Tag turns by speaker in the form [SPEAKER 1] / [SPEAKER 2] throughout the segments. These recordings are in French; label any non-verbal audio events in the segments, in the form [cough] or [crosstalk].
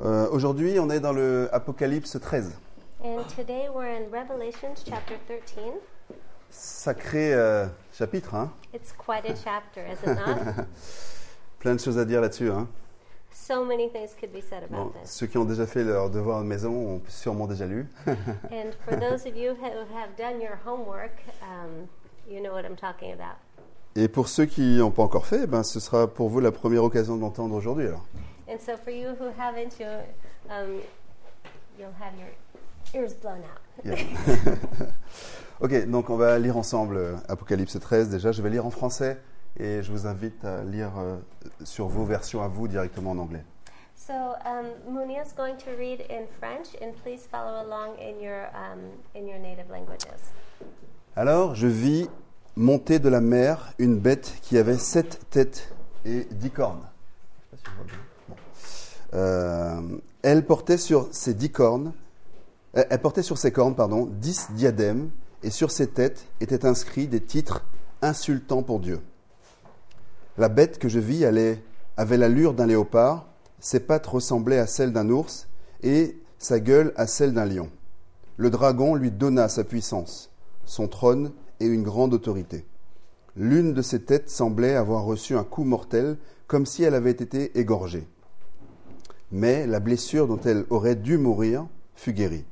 [SPEAKER 1] Euh, Aujourd'hui, on est dans le Apocalypse 13.
[SPEAKER 2] And today we're in Revelations chapter 13.
[SPEAKER 1] Sacré euh, chapitre, hein
[SPEAKER 2] It's quite a chapter, is it not?
[SPEAKER 1] Plein de choses à dire là-dessus. Hein
[SPEAKER 2] so many things could be said
[SPEAKER 1] Bon,
[SPEAKER 2] about this.
[SPEAKER 1] ceux qui ont déjà fait leur devoir de maison ont sûrement déjà lu.
[SPEAKER 2] And for those of you who have done your homework, um, you know what I'm talking about.
[SPEAKER 1] Et pour ceux qui n'ont pas encore fait, ben, ce sera pour vous la première occasion d'entendre aujourd'hui. Alors.
[SPEAKER 2] And so for you who haven't, you, um, you'll have your ears blown out.
[SPEAKER 1] Yeah. [laughs] ok, donc on va lire ensemble euh, Apocalypse 13. Déjà, je vais lire en français et je vous invite à lire euh, sur vos versions à vous directement en anglais.
[SPEAKER 2] So um, Munia's going to read in French, and please follow along in your um, in your native languages.
[SPEAKER 1] Alors je vis monter de la mer une bête qui avait sept têtes et dix cornes. Je sais pas si on voit bien. Bon. Euh, elle portait sur ses dix cornes, euh, elle portait sur ses cornes, pardon, dix diadèmes, et sur ses têtes étaient inscrits des titres insultants pour Dieu. La bête que je vis allait- avait l'allure d'un léopard, ses pattes ressemblaient à celles d'un ours, et sa gueule à celle d'un lion. Le dragon lui donna sa puissance, son trône et une grande autorité. L'une de ses têtes semblait avoir reçu un coup mortel, comme si elle avait été égorgée. Mais la blessure dont elle aurait dû mourir fut guérie.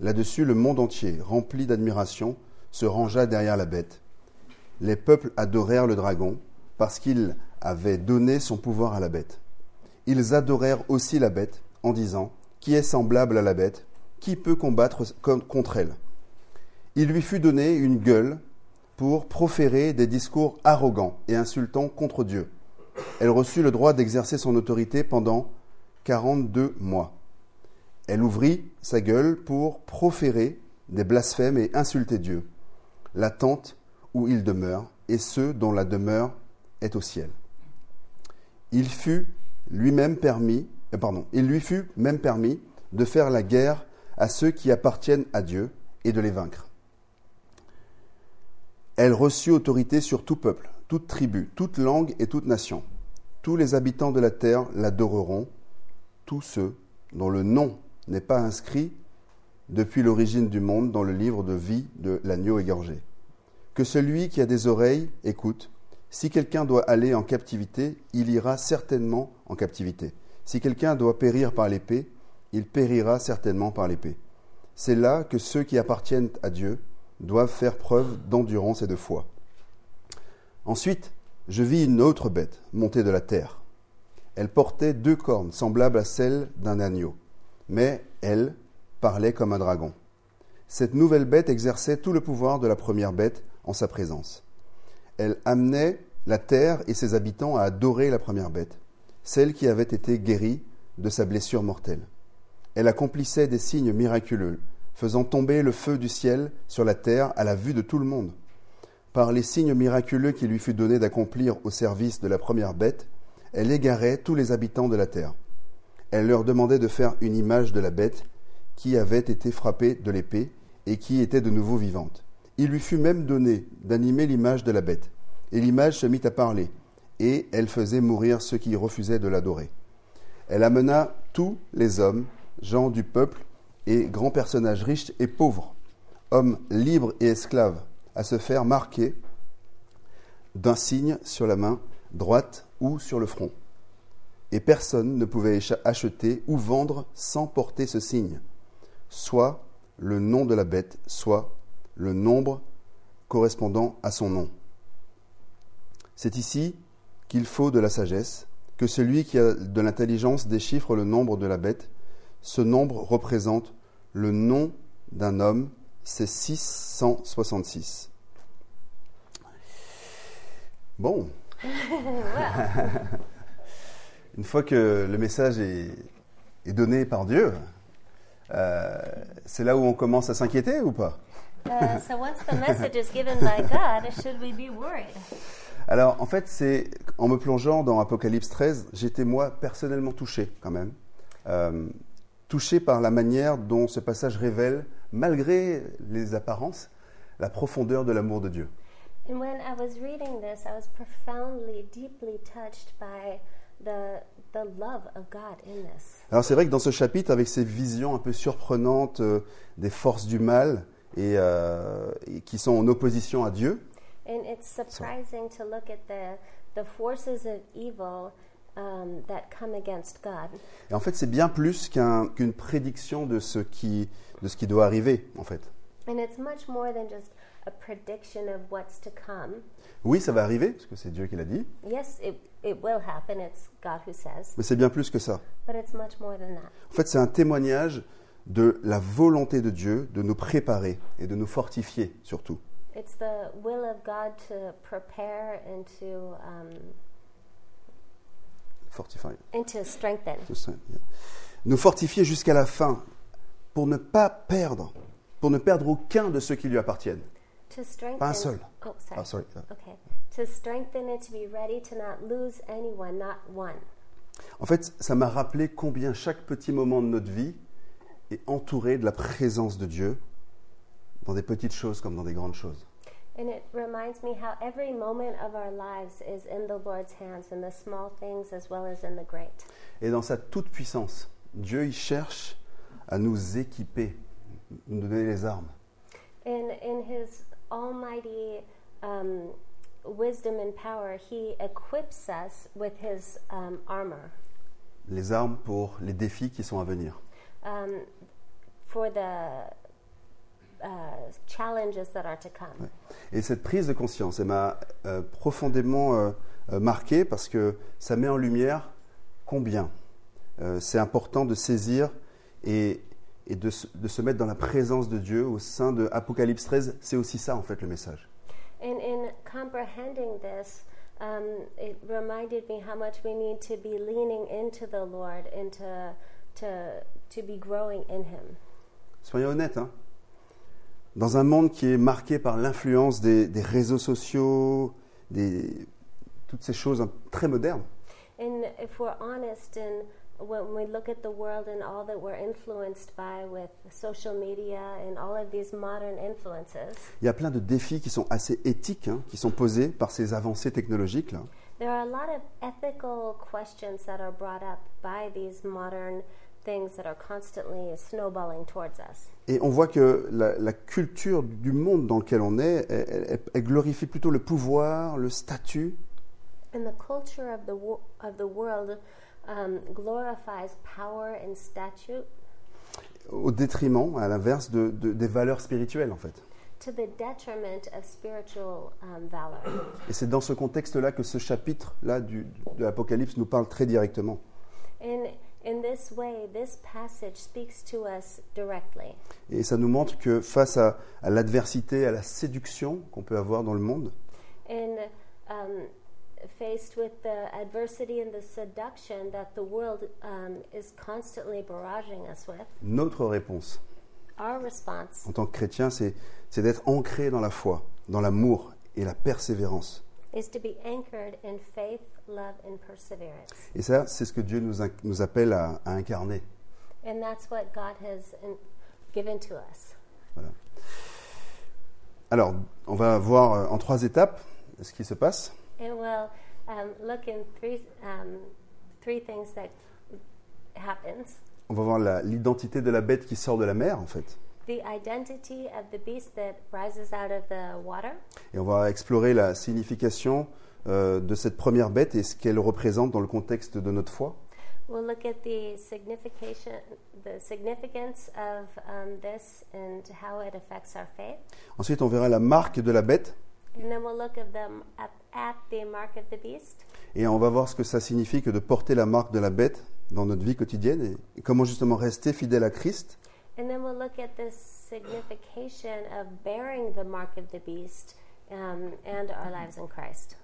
[SPEAKER 1] Là-dessus, le monde entier, rempli d'admiration, se rangea derrière la bête. Les peuples adorèrent le dragon, parce qu'il avait donné son pouvoir à la bête. Ils adorèrent aussi la bête, en disant Qui est semblable à la bête Qui peut combattre com- contre elle Il lui fut donné une gueule pour proférer des discours arrogants et insultants contre Dieu. Elle reçut le droit d'exercer son autorité pendant 42 mois. Elle ouvrit sa gueule pour proférer des blasphèmes et insulter Dieu, la tente où il demeure et ceux dont la demeure est au ciel il fut lui-même permis, euh, pardon, il lui fut même permis de faire la guerre à ceux qui appartiennent à Dieu et de les vaincre. Elle reçut autorité sur tout peuple, toute tribu, toute langue et toute nation. Tous les habitants de la terre l'adoreront, tous ceux dont le nom n'est pas inscrit depuis l'origine du monde dans le livre de vie de l'agneau égorgé. Que celui qui a des oreilles écoute. Si quelqu'un doit aller en captivité, il ira certainement en captivité. Si quelqu'un doit périr par l'épée, il périra certainement par l'épée. C'est là que ceux qui appartiennent à Dieu doivent faire preuve d'endurance et de foi. Ensuite, je vis une autre bête montée de la terre. Elle portait deux cornes semblables à celles d'un agneau, mais elle parlait comme un dragon. Cette nouvelle bête exerçait tout le pouvoir de la première bête en sa présence. Elle amenait la terre et ses habitants à adorer la première bête, celle qui avait été guérie de sa blessure mortelle. Elle accomplissait des signes miraculeux, faisant tomber le feu du ciel sur la terre à la vue de tout le monde. Par les signes miraculeux qu'il lui fut donné d'accomplir au service de la première bête, elle égarait tous les habitants de la terre. Elle leur demandait de faire une image de la bête qui avait été frappée de l'épée et qui était de nouveau vivante. Il lui fut même donné d'animer l'image de la bête. Et l'image se mit à parler, et elle faisait mourir ceux qui refusaient de l'adorer. Elle amena tous les hommes, gens du peuple, et grands personnages riches et pauvres, hommes libres et esclaves, à se faire marquer d'un signe sur la main droite ou sur le front et personne ne pouvait écha- acheter ou vendre sans porter ce signe, soit le nom de la bête, soit le nombre correspondant à son nom. C'est ici qu'il faut de la sagesse, que celui qui a de l'intelligence déchiffre le nombre de la bête. Ce nombre représente le nom d'un homme, c'est 666. Bon, une fois que le message est, est donné par Dieu, euh, c'est là où on commence à s'inquiéter ou pas
[SPEAKER 2] Uh, so once the message is given by God, should we be worried?
[SPEAKER 1] Alors en fait, c'est en me plongeant dans Apocalypse 13, j'étais moi personnellement touché quand même, Euh, touché par la manière dont ce passage révèle, malgré les apparences, la profondeur de l'amour de Dieu.
[SPEAKER 2] And when I was reading this, I was profoundly, deeply touched by the the love of God in this.
[SPEAKER 1] Alors c'est vrai que dans ce chapitre, avec ces visions un peu surprenantes euh, des forces du mal et, euh, et qui sont en opposition à Dieu,
[SPEAKER 2] And it's surprising to look at the, the forces of evil um, that come against God.
[SPEAKER 1] et en fait c'est bien plus qu'un- qu'une prédiction de ce, qui, de ce qui doit arriver en fait.
[SPEAKER 2] And it's much more than just a prediction of what's to come.
[SPEAKER 1] Oui, ça va arriver, parce que c'est Dieu qui l'a dit,
[SPEAKER 2] Yes, it, it will happen. It's God who says.
[SPEAKER 1] mais c'est bien plus que ça.
[SPEAKER 2] But it's much more than that.
[SPEAKER 1] En fait, c'est un témoignage de la volonté de Dieu de nous préparer et de nous fortifier surtout.
[SPEAKER 2] It's the will of God to prepare and to, um,
[SPEAKER 1] Fortifier.
[SPEAKER 2] and to strengthen.
[SPEAKER 1] Tout ça, bien. Nous fortifier jusqu'à la fin pour ne pas perdre, pour ne perdre aucun de ceux qui lui appartiennent.
[SPEAKER 2] To strengthen.
[SPEAKER 1] Pas un seul.
[SPEAKER 2] Oh, sorry.
[SPEAKER 1] Ah, sorry.
[SPEAKER 2] Okay. To strengthen and to be ready to not lose anyone, not one.
[SPEAKER 1] En fait, ça m'a rappelé combien chaque petit moment de notre vie est entouré de la présence de Dieu dans des petites choses comme dans des grandes choses.
[SPEAKER 2] And it reminds me how every moment of our lives is in the Lord's hands, in the small things as well as in the great.
[SPEAKER 1] Et dans sa toute-puissance, Dieu il cherche à nous équiper, nous donner les armes.
[SPEAKER 2] In, in His almighty um, wisdom and power, He equips us with His um, armor
[SPEAKER 1] les armes pour les défis qui sont à venir.
[SPEAKER 2] um, for the uh, challenges that are to come.
[SPEAKER 1] Et cette prise de conscience, elle m'a euh, profondément euh, euh, marqué parce que ça met en lumière combien euh, c'est important de saisir et, et de, se- de se mettre dans la présence de Dieu au sein de Apocalypse 13. C'est aussi ça en fait le message.
[SPEAKER 2] And in comprehending this, um, it reminded me how much we need to be leaning into the Lord and to, to, to be growing in Him.
[SPEAKER 1] Soyons honnêtes. hein. Dans un monde qui est marqué par l'influence des, des réseaux sociaux, des, toutes ces choses hein, très modernes,
[SPEAKER 2] And if we're honest, and when we look at the world and all that we're influenced by with social media and all of these modern influences,
[SPEAKER 1] Il y a plein de défis qui sont assez éthiques, hein, qui sont posés par ces avancées technologiques. Là.
[SPEAKER 2] there are a lot of ethical questions that are brought up by these modern things that are constantly snowballing towards us.
[SPEAKER 1] Et on voit que la, la culture du monde dans lequel on est, elle, elle- elle glorifie plutôt le pouvoir, le statut,
[SPEAKER 2] And the culture of the wo- of the world um, glorifies power and statute
[SPEAKER 1] au détriment, à l'inverse, de- de- des valeurs spirituelles en fait.
[SPEAKER 2] to the detriment of spiritual um, valor.
[SPEAKER 1] Et c'est dans ce contexte-là que ce chapitre-là du- de l'Apocalypse nous parle très directement.
[SPEAKER 2] and in this way, this passage speaks to us directly,
[SPEAKER 1] Et ça nous montre que face à, à l'adversité, à la séduction qu'on peut avoir dans le monde,
[SPEAKER 2] and um, faced with the adversity and the seduction that the world um, is constantly barraging us with.
[SPEAKER 1] notre réponse
[SPEAKER 2] Our response
[SPEAKER 1] en tant que chrétien, c'est c'est d'être ancré dans la foi, dans l'amour et la persévérance.
[SPEAKER 2] is to be anchored in faith, love, and perseverance,
[SPEAKER 1] Et ça, c'est ce que Dieu nous, inc- nous appelle à, à incarner.
[SPEAKER 2] and that's what God has in, given to us.
[SPEAKER 1] Alors, on va voir euh, en trois étapes ce qui se passe.
[SPEAKER 2] And we'll um, look in three, um, three things that happens.
[SPEAKER 1] On va voir la- l'identité de la bête qui sort de la mer, en fait.
[SPEAKER 2] The identity of the beast that rises out of the water.
[SPEAKER 1] Et on va explorer la signification euh, de cette première bête et ce qu'elle représente dans le contexte de notre foi.
[SPEAKER 2] We'll look at the signification, the significance of um, this and how it affects our faith.
[SPEAKER 1] Ensuite, on verra la marque de la bête
[SPEAKER 2] And then we'll look at, them at, at the mark of the beast
[SPEAKER 1] et on va voir ce que ça signifie que de porter la marque de la bête dans notre vie quotidienne et comment justement rester fidèle à Christ
[SPEAKER 2] And then we'll look at the signification of bearing the mark of the beast um, and our lives in Christ.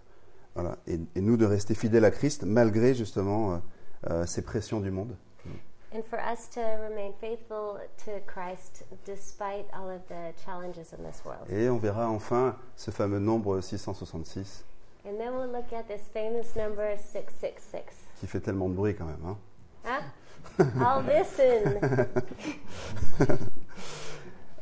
[SPEAKER 1] Voilà. Et, et nous de rester fidèles à Christ malgré justement euh, euh, ces pressions du monde.
[SPEAKER 2] And for us to remain faithful to Christ despite all of the challenges in this world.
[SPEAKER 1] Et on verra enfin ce fameux nombre 666
[SPEAKER 2] And then we'll look at this famous number 666.
[SPEAKER 1] qui fait tellement de bruit quand même. hein.
[SPEAKER 2] Huh? I'll listen.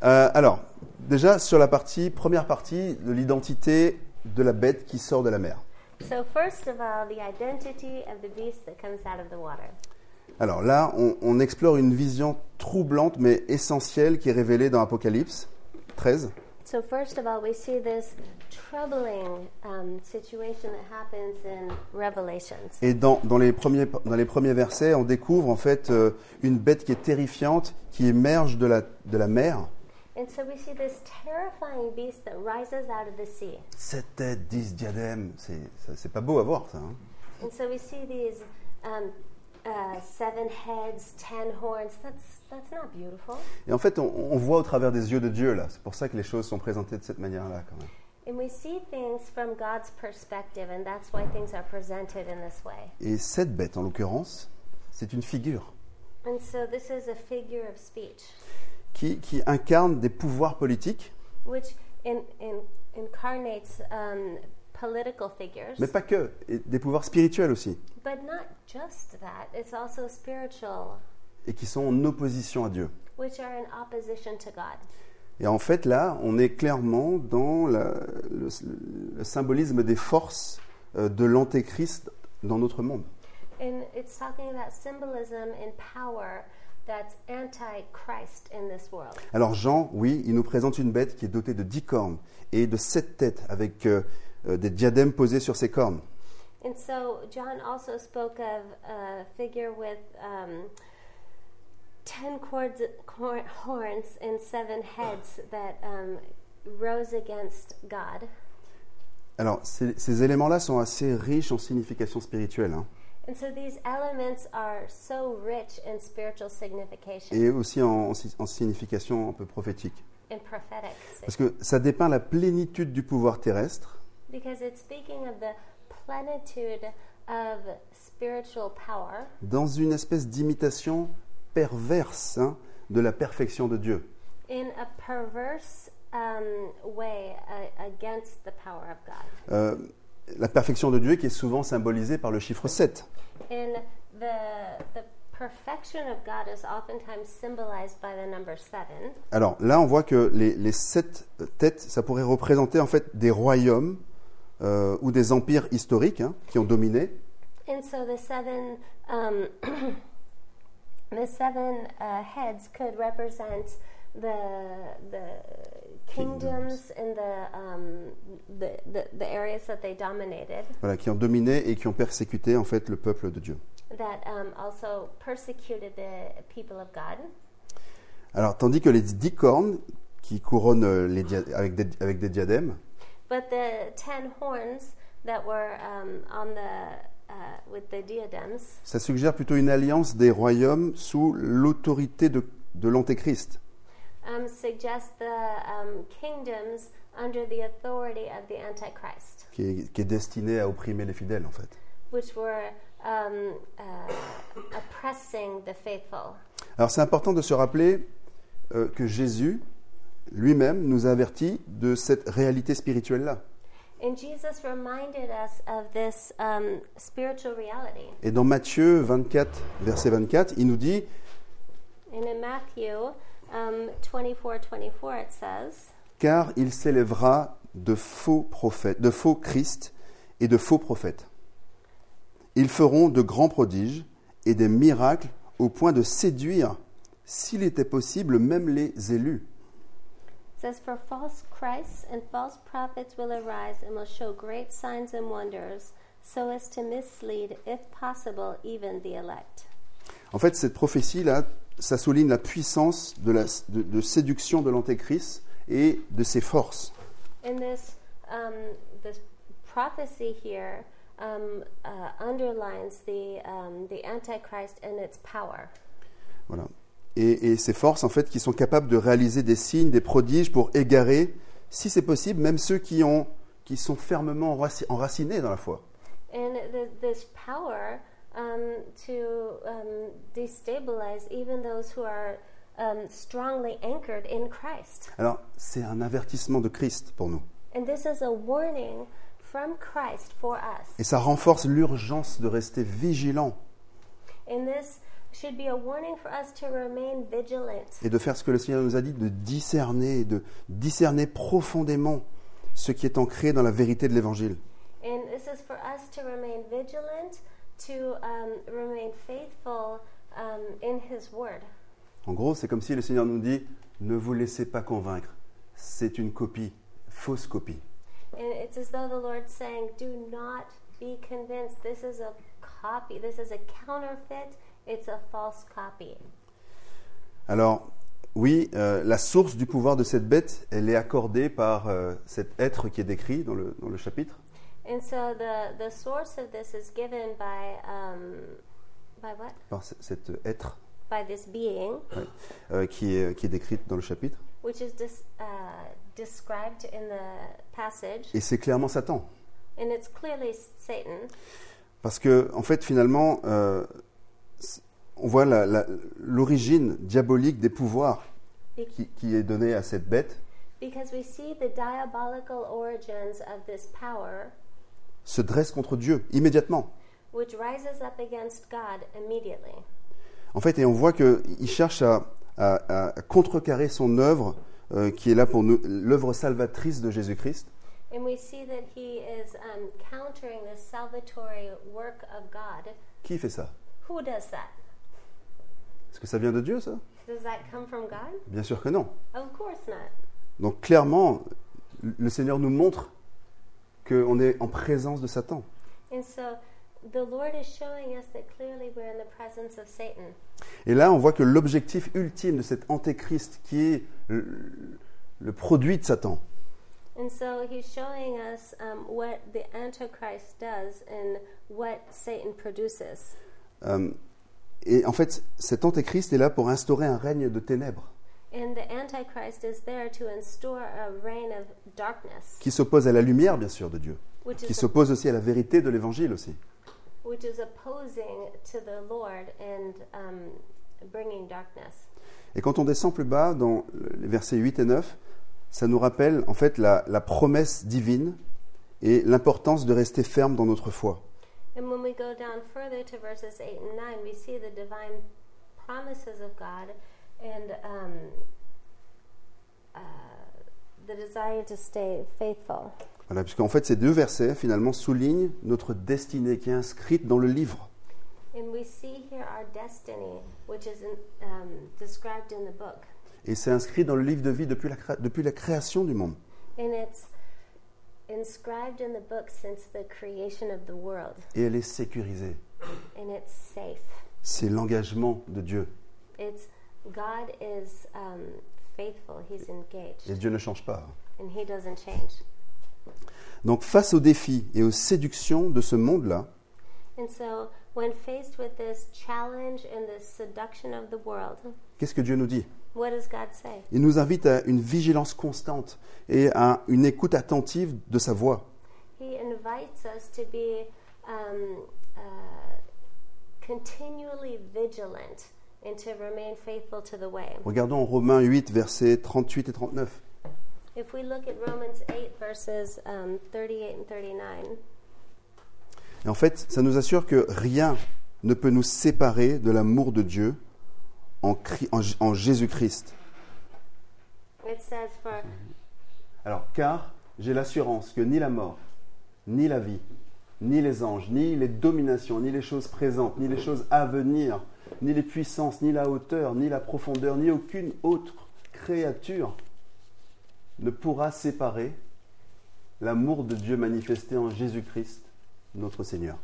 [SPEAKER 1] Euh, alors, déjà sur la partie, première partie de l'identité de la bête qui sort de la mer.
[SPEAKER 2] So, first of all, the identity of the beast that comes out of the water.
[SPEAKER 1] Alors là, on, on explore une vision troublante mais essentielle qui est révélée dans Apocalypse 13.
[SPEAKER 2] So, first of all, we see this troubling um, situation that happens in Revelations.
[SPEAKER 1] Et dans, dans les premiers, dans les premiers versets, on découvre en fait euh, une bête qui est terrifiante, qui émerge de la, de la mer.
[SPEAKER 2] And so we see this terrifying beast that rises out of the sea.
[SPEAKER 1] Sept têtes, dix diadèmes, c'est, ça- c'est pas beau à voir ça. hein.
[SPEAKER 2] And so we see these um, uh, seven heads, ten horns. That's, that's not beautiful.
[SPEAKER 1] Et en fait, on, on voit au travers des yeux de Dieu là. C'est pour ça que les choses sont présentées de cette manière-là quand même.
[SPEAKER 2] And we see things from God's perspective, and that's why things are presented in this way.
[SPEAKER 1] Et cette bête en l'occurrence, c'est une figure
[SPEAKER 2] And so this is a figure of speech,
[SPEAKER 1] qui, qui incarne des pouvoirs politiques,
[SPEAKER 2] which in, in, incarnates um, political figures,
[SPEAKER 1] mais pas que, et des pouvoirs spirituels aussi,
[SPEAKER 2] but not just that. It's also spiritual,
[SPEAKER 1] et qui sont en opposition à Dieu.
[SPEAKER 2] which are in opposition to God.
[SPEAKER 1] Et en fait, là, on est clairement dans la- le, le symbolisme des forces euh, de l'antéchrist dans notre monde.
[SPEAKER 2] And it's talking about symbolism and power that's anti Christ in this world.
[SPEAKER 1] Alors Jean, oui, il nous présente une bête qui est dotée de dix cornes et de sept têtes avec euh, euh, des diadèmes posés sur ses cornes.
[SPEAKER 2] And so John also spoke of a figure with um, ten cords, cor- horns and seven heads that um, rose against God.
[SPEAKER 1] Alors ces, ces éléments-là sont assez riches en signification spirituelle hein,
[SPEAKER 2] And so these elements are so rich in spiritual signification
[SPEAKER 1] et aussi en, en si- en signification un peu prophétique.
[SPEAKER 2] and prophetic, sig-
[SPEAKER 1] Parce que ça dépeint la plénitude du pouvoir terrestre
[SPEAKER 2] because it's speaking of the plenitude of spiritual power.
[SPEAKER 1] dans une espèce d'imitation perverse hein, de la perfection de Dieu.
[SPEAKER 2] in a perverse um, way uh, against the power of God.
[SPEAKER 1] Euh, la perfection de Dieu qui est souvent symbolisée par le chiffre 7.
[SPEAKER 2] And the the perfection of God is oftentimes symbolized by the number seven.
[SPEAKER 1] Alors là, on voit que les, les sept euh, têtes, ça pourrait représenter en fait des royaumes euh, ou des empires historiques hein, qui ont dominé.
[SPEAKER 2] And so the seven um, [clears throat] the seven uh, heads could represent the the kingdoms in the, um, the the the areas that they dominated
[SPEAKER 1] Voilà, qui ont dominé et qui ont persécuté en fait le peuple de Dieu.
[SPEAKER 2] that um, also persecuted the people of God.
[SPEAKER 1] Alors tandis que les dix cornes qui couronnent euh, les dia- avec, des, avec des diadèmes,
[SPEAKER 2] But the ten horns that were um, on the uh, with the diadems,
[SPEAKER 1] ça suggère plutôt une alliance des royaumes sous l'autorité de, de l'antéchrist.
[SPEAKER 2] um, suggest the um, kingdoms under the authority of the Antichrist,
[SPEAKER 1] Qui est, qui est destiné à opprimer les fidèles en fait.
[SPEAKER 2] which were um, uh, oppressing the faithful.
[SPEAKER 1] Alors c'est important de se rappeler euh, que Jésus lui-même nous avertit de cette réalité spirituelle-là.
[SPEAKER 2] And Jesus reminded us of this um, spiritual reality.
[SPEAKER 1] Et dans Matthieu 24, verset 24, il nous dit,
[SPEAKER 2] And in Matthew um, 24 24, it says,
[SPEAKER 1] car il s'élèvera de faux prophètes, de faux Christ et de faux prophètes. Ils feront de grands prodiges et des miracles au point de séduire, s'il était possible, même les élus.
[SPEAKER 2] It says, For false Christs and false prophets will arise and will show great signs and wonders, so as to mislead, if possible, even the elect.
[SPEAKER 1] En fait, cette prophétie-là, ça souligne la puissance de, la, de- de séduction de l'antéchrist et de ses forces.
[SPEAKER 2] In this, um, this prophecy here um, uh, underlines the, um, the Antichrist and its power.
[SPEAKER 1] Voilà. Et, et ces forces, en fait, qui sont capables de réaliser des signes, des prodiges pour égarer, si c'est possible, même ceux qui, ont, qui sont fermement enraci- enracinés dans la foi.
[SPEAKER 2] And the, this power um, to um, destabilize even those who are um, strongly anchored in Christ.
[SPEAKER 1] Alors, c'est un avertissement de Christ pour nous.
[SPEAKER 2] And this is a warning from Christ for us.
[SPEAKER 1] Et ça renforce l'urgence de rester vigilant
[SPEAKER 2] And this should be a warning for us to remain vigilant
[SPEAKER 1] et de faire ce que le Seigneur nous a dit, de discerner, de discerner profondément ce qui est ancré dans la vérité de l'Évangile.
[SPEAKER 2] and this is for us to remain vigilant, to um, remain faithful um, in His Word.
[SPEAKER 1] En gros, c'est comme si le Seigneur nous dit ne vous laissez pas convaincre. C'est une copie, fausse copie.
[SPEAKER 2] And it's as though the Lord's saying, do not be convinced. This is a copy, this is a counterfeit, it's a false copy.
[SPEAKER 1] Alors, oui, euh, la source du pouvoir de cette bête, elle est accordée par euh, cet être qui est décrit dans le, dans le chapitre.
[SPEAKER 2] And so the, the source of this is given by, um, by what?
[SPEAKER 1] par ce- cet être
[SPEAKER 2] By this being,
[SPEAKER 1] ouais, euh, qui, est, qui est décrite dans le chapitre.
[SPEAKER 2] which is dis, uh, described in the passage.
[SPEAKER 1] Et c'est clairement Satan.
[SPEAKER 2] And it's clearly Satan.
[SPEAKER 1] Parce que, en fait, finalement, euh, c- on voit la- la- l'origine diabolique des pouvoirs
[SPEAKER 2] Be-
[SPEAKER 1] qui, qui est donnée à cette bête.
[SPEAKER 2] Because we see the diabolical origins of this power,
[SPEAKER 1] se dresse contre Dieu immédiatement.
[SPEAKER 2] which rises up against God immediately.
[SPEAKER 1] En fait, et on voit qu'il cherche à, à- à contrecarrer son œuvre euh, qui est là pour nous, l'œuvre salvatrice de Jésus-Christ.
[SPEAKER 2] And we see that he is um, countering the salvatory work of God.
[SPEAKER 1] Qui fait ça
[SPEAKER 2] Who does that?
[SPEAKER 1] Est-ce que ça vient de Dieu, ça
[SPEAKER 2] Does that come from God?
[SPEAKER 1] Bien sûr que non.
[SPEAKER 2] Of course not.
[SPEAKER 1] Donc clairement, le Seigneur nous montre qu'on est en présence de Satan.
[SPEAKER 2] And so the Lord is showing us that clearly we're in the presence of Satan.
[SPEAKER 1] Et là, on voit que l'objectif ultime de cet antéchrist qui est le, le produit de Satan,
[SPEAKER 2] And so he's showing us um, what the Antichrist does and what Satan produces.
[SPEAKER 1] euh, et en fait, cet antéchrist est là pour instaurer un règne de ténèbres
[SPEAKER 2] And the Antichrist is there to instore a reign of darkness,
[SPEAKER 1] qui s'oppose à la lumière, bien sûr, de Dieu.
[SPEAKER 2] which
[SPEAKER 1] qui
[SPEAKER 2] is,
[SPEAKER 1] s'oppose aussi à la vérité de l'évangile aussi.
[SPEAKER 2] which is opposing to the Lord and um, bringing darkness.
[SPEAKER 1] Et quand on descend plus bas dans les versets 8 et 9, ça nous rappelle en fait la, la promesse divine et l'importance de rester ferme dans notre foi.
[SPEAKER 2] And when we go down further to verses 8 and 9, we see the divine promises of God and um, uh, the desire to stay faithful.
[SPEAKER 1] Voilà, puisqu'en fait ces deux versets finalement soulignent notre destinée qui est inscrite dans le livre.
[SPEAKER 2] And we see here our destiny, which is in, um, described in the book.
[SPEAKER 1] Et c'est inscrit dans le livre de vie depuis la, créa- depuis la création du monde.
[SPEAKER 2] And it's inscribed in the book since the creation of the world.
[SPEAKER 1] Et elle est sécurisée.
[SPEAKER 2] And it's safe.
[SPEAKER 1] C'est l'engagement de Dieu.
[SPEAKER 2] It's God is um, faithful, He's
[SPEAKER 1] Et
[SPEAKER 2] engaged,
[SPEAKER 1] Dieu ne change pas.
[SPEAKER 2] and He doesn't change.
[SPEAKER 1] Donc face aux défis et aux séductions de ce monde-là,
[SPEAKER 2] And so, when faced with this challenge and this seduction of the world,
[SPEAKER 1] qu'est-ce que Dieu nous dit
[SPEAKER 2] what does God say?
[SPEAKER 1] Il nous invite à une vigilance constante et à une écoute attentive de sa voix.
[SPEAKER 2] He invites us to be um, uh, continually vigilant and to remain faithful to the way.
[SPEAKER 1] Regardons en Romains 8, versets 38 et 39.
[SPEAKER 2] If we look at Romans 8, verses um, 38 and 39,
[SPEAKER 1] Et en fait, ça nous assure que rien ne peut nous séparer de l'amour de Dieu en, Cri- en J- en Jésus-Christ.
[SPEAKER 2] it says, For
[SPEAKER 1] Alors, car j'ai l'assurance que ni la mort, ni la vie, ni les anges, ni les dominations, ni les choses présentes, ni les choses à venir, ni les puissances, ni la hauteur, ni la profondeur, ni aucune autre créature ne pourra séparer l'amour de Dieu manifesté en Jésus-Christ, notre Seigneur.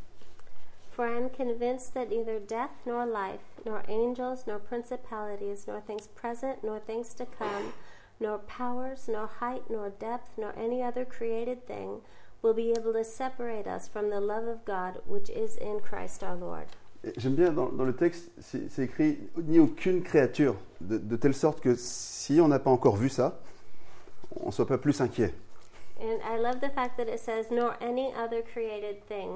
[SPEAKER 2] For I am convinced that neither death nor life, nor angels, nor principalities, nor things present, nor things to come, nor powers, nor height, nor depth, nor any other created thing will be able to separate us from the love of God which is in Christ our Lord.
[SPEAKER 1] Et J'aime bien dans, dans le texte, c'est c'est écrit ni aucune créature, de, de telle sorte que si on n'a pas encore vu ça, on ne soit pas plus inquiet.
[SPEAKER 2] And I love the fact that it says, nor any other created thing,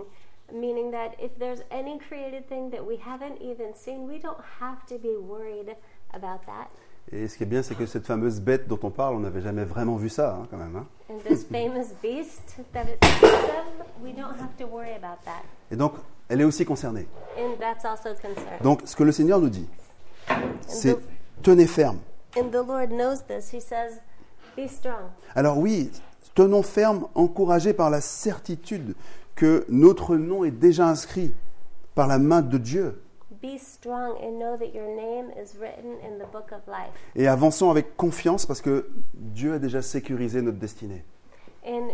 [SPEAKER 2] meaning that if there's any created thing that we haven't even seen, we don't have to be worried about that.
[SPEAKER 1] Et ce qui est bien, c'est que cette fameuse bête dont on parle, on n'avait jamais vraiment vu ça, hein, quand même. hein.
[SPEAKER 2] And this famous beast that it speaks of, we don't have to worry about that.
[SPEAKER 1] Et donc, elle est aussi concernée.
[SPEAKER 2] And that's also concerned.
[SPEAKER 1] Donc, ce que le Seigneur nous dit, c'est tenez ferme.
[SPEAKER 2] And the Lord knows this. He says, Be strong.
[SPEAKER 1] Alors oui, tenons ferme, encouragés par la certitude que notre nom est déjà inscrit par la main de Dieu
[SPEAKER 2] Be strong and know that your name is written in the book of life.
[SPEAKER 1] et avançons avec confiance parce que Dieu a déjà sécurisé notre destinée.
[SPEAKER 2] And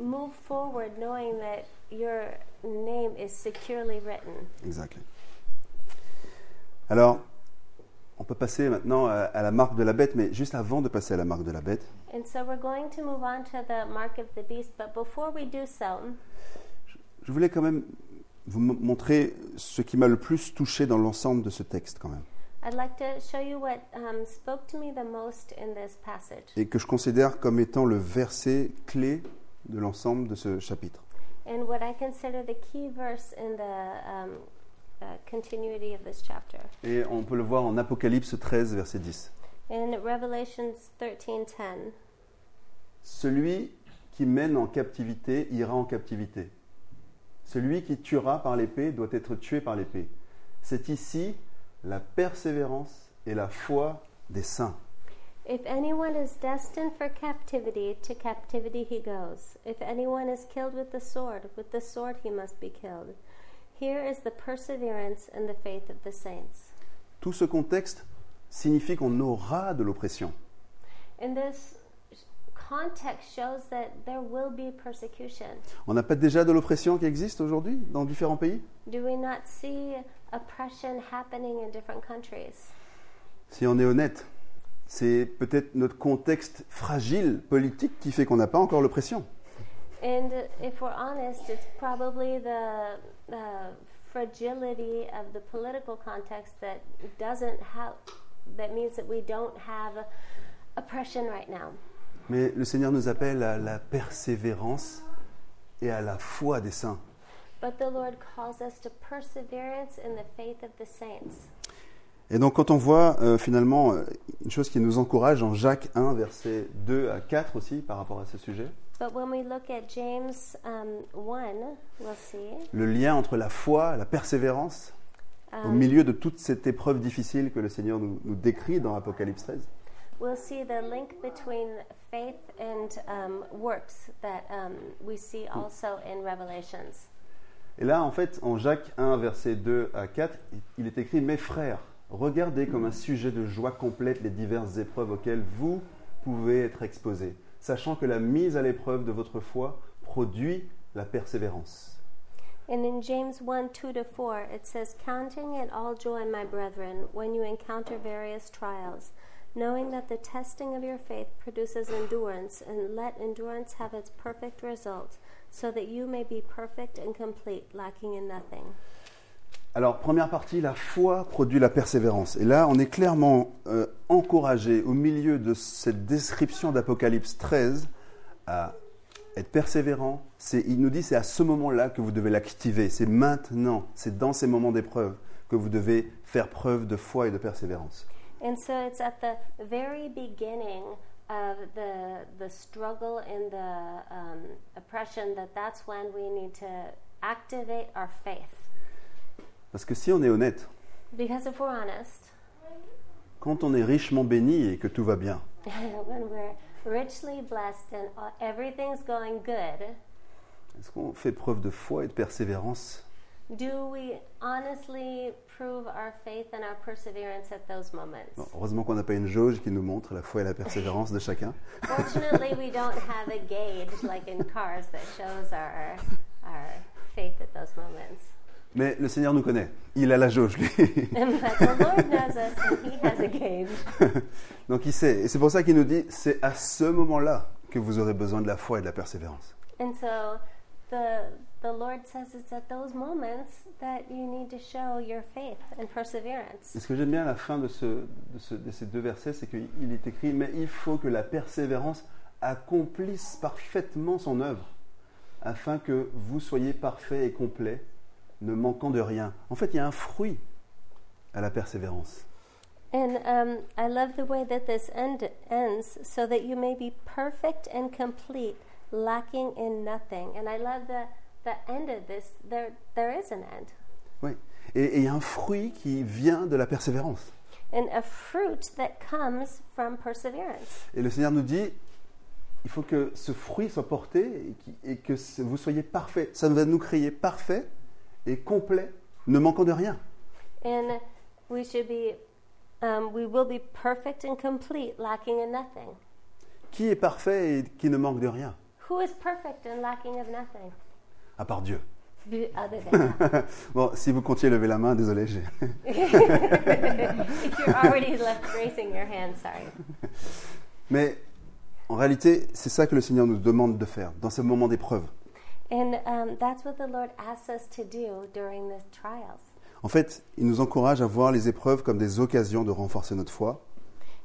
[SPEAKER 2] move forward knowing that your name is securely written.
[SPEAKER 1] Exactly. Alors, on peut passer maintenant à, à la marque de la bête, mais juste avant de passer à la marque de la bête,
[SPEAKER 2] And so we're going to move on to the mark of the beast, but before we do so,
[SPEAKER 1] je voulais quand même vous m- montrer ce qui m'a le plus touché dans l'ensemble de ce texte quand même,
[SPEAKER 2] I'd like to show you what um, spoke to me the most in this passage,
[SPEAKER 1] et que je considère comme étant le verset clé de l'ensemble de ce chapitre.
[SPEAKER 2] and what I consider the key verse in the um, uh, continuity of this chapter.
[SPEAKER 1] Et on peut le voir en Apocalypse 13, verset 10.
[SPEAKER 2] In Revelations 13:10,
[SPEAKER 1] Celui qui mène en captivité ira en captivité. Celui qui tuera par l'épée doit être tué par l'épée. C'est ici la persévérance et la foi des saints.
[SPEAKER 2] if anyone is destined for captivity, to captivity he goes. If anyone is killed with the sword, with the sword he must be killed. Here is the perseverance and the faith of the saints.
[SPEAKER 1] Tout ce contexte signifie qu'on aura de l'oppression.
[SPEAKER 2] And this context shows that there will be persecution.
[SPEAKER 1] On n'a pas déjà de l'oppression qui existe aujourd'hui dans différents pays
[SPEAKER 2] Do we not see oppression happening in different countries?
[SPEAKER 1] Si on est honnête, c'est peut-être notre contexte fragile politique qui fait qu'on n'a pas encore l'oppression.
[SPEAKER 2] And if we're honest, it's probably the uh, fragility of the political context that doesn't have, that means that we don't have oppression right now.
[SPEAKER 1] Mais le Seigneur nous appelle à la persévérance et à la foi des saints.
[SPEAKER 2] But the Lord calls us to perseverance in the faith of the saints.
[SPEAKER 1] Et donc quand on voit euh, finalement euh, une chose qui nous encourage en Jacques 1, versets 2 à 4 aussi par rapport à ce sujet,
[SPEAKER 2] But when we look at James um, 1, we'll see.
[SPEAKER 1] le lien entre la foi, la persévérance, au
[SPEAKER 2] Um,
[SPEAKER 1] milieu de toute cette épreuve difficile que le Seigneur nous, nous décrit dans Apocalypse 13,
[SPEAKER 2] We'll see the link between faith and um, works that um, we see also in Revelations.
[SPEAKER 1] Et là, en fait, en Jacques 1, versets 2 à 4, il est écrit Mes frères, regardez comme un sujet de joie complète les diverses épreuves auxquelles vous pouvez être exposés, sachant que la mise à l'épreuve de votre foi produit la persévérance.
[SPEAKER 2] And in James 1 2 to 4, it says, Counting it all joy, my brethren, when you encounter various trials, knowing that the testing of your faith produces endurance, and let endurance have its perfect result, so that you may be perfect and complete, lacking in nothing.
[SPEAKER 1] Alors, première partie, la foi produit la persévérance. Et là, on est clairement euh, encouragé au milieu de cette description d'Apocalypse 13 à être persévérant. C'est- il nous dit c'est à ce moment-là que vous devez l'activer. C'est maintenant, c'est dans ces moments d'épreuve que vous devez faire preuve de foi et de persévérance.
[SPEAKER 2] And so it's at the very beginning of the the struggle and the um, oppression that that's when we need to activate our faith.
[SPEAKER 1] Parce que si on est honnête,
[SPEAKER 2] Because if we're honest, [laughs]
[SPEAKER 1] quand on est richement béni et que tout va bien,
[SPEAKER 2] when we're richly blessed and uh, everything's going good,
[SPEAKER 1] est-ce qu'on fait preuve de foi et de persévérance
[SPEAKER 2] do we honestly prove our faith and our perseverance at those moments?
[SPEAKER 1] [laughs] Bon, Heureusement qu'on n'a pas une jauge qui nous montre la foi et la persévérance de chacun.
[SPEAKER 2] Fortunately, we don't have a gauge like in cars that shows our our faith at those moments.
[SPEAKER 1] Mais le Seigneur nous connaît. Il a la jauge, lui.
[SPEAKER 2] but the Lord knows us and He has a gauge.
[SPEAKER 1] Donc il sait. Et c'est pour ça qu'il nous dit c'est à ce moment-là que vous aurez besoin de la foi et de la persévérance.
[SPEAKER 2] And so the the Lord says it's at those moments that you need to show your faith and perseverance.
[SPEAKER 1] Et ce que j'aime bien à la fin de, ce- de ce- de ces deux versets, c'est qu'il est écrit Mais il faut que la persévérance accomplisse parfaitement son œuvre, afin que vous soyez parfaits et complets, ne manquant de rien. En fait, il y a un fruit à la persévérance.
[SPEAKER 2] And um, I love the way that this end ends, so that you may be perfect and complete, lacking in nothing. And I love the the end of this. There there is an end,
[SPEAKER 1] Oui. Et, et il y a un fruit qui vient de la persévérance.
[SPEAKER 2] and a fruit that comes from perseverance.
[SPEAKER 1] Et le Seigneur nous dit il faut que ce fruit soit porté et, qui- et que ce- vous soyez parfait. Ça va nous créer parfait et complet, ne manquant de rien.
[SPEAKER 2] And we should be, um, we will be perfect and complete, lacking in nothing.
[SPEAKER 1] Qui est parfait et qui ne manque de rien
[SPEAKER 2] Who is perfect and lacking of nothing?
[SPEAKER 1] À part Dieu.
[SPEAKER 2] Be- Other than God. [laughs]
[SPEAKER 1] Bon, si vous comptiez lever la main, désolé, j'ai. [laughs]
[SPEAKER 2] if you're already left raising your hand, sorry.
[SPEAKER 1] Mais en réalité, c'est ça que le Seigneur nous demande de faire dans ce moment d'épreuve.
[SPEAKER 2] And um, that's what the Lord asks us to do during the trials.
[SPEAKER 1] En fait, il nous encourage à voir les épreuves comme des occasions de renforcer notre foi,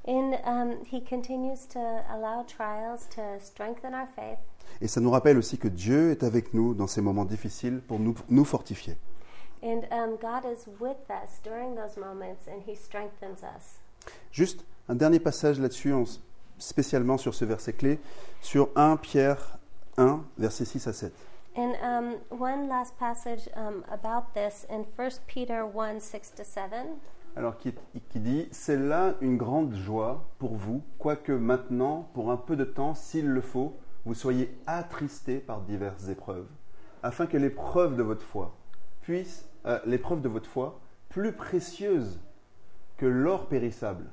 [SPEAKER 2] And um, He continues to allow trials to strengthen our faith.
[SPEAKER 1] et ça nous rappelle aussi que Dieu est avec nous dans ces moments difficiles pour nous, nous fortifier.
[SPEAKER 2] And um, God is with us during those moments and He strengthens us.
[SPEAKER 1] Juste un dernier passage là-dessus, en- spécialement sur ce verset clé, sur 1 Pierre 1, versets 6 à 7.
[SPEAKER 2] And um, one last passage um, about this in 1 Peter 1 6 to 7.
[SPEAKER 1] Alors qui, qui dit, c'est là une grande joie pour vous, quoique maintenant, pour un peu de temps, s'il le faut, vous soyez attristés par diverses épreuves, afin que l'épreuve de votre foi puisse, euh, l'épreuve de votre foi, plus précieuse que l'or périssable,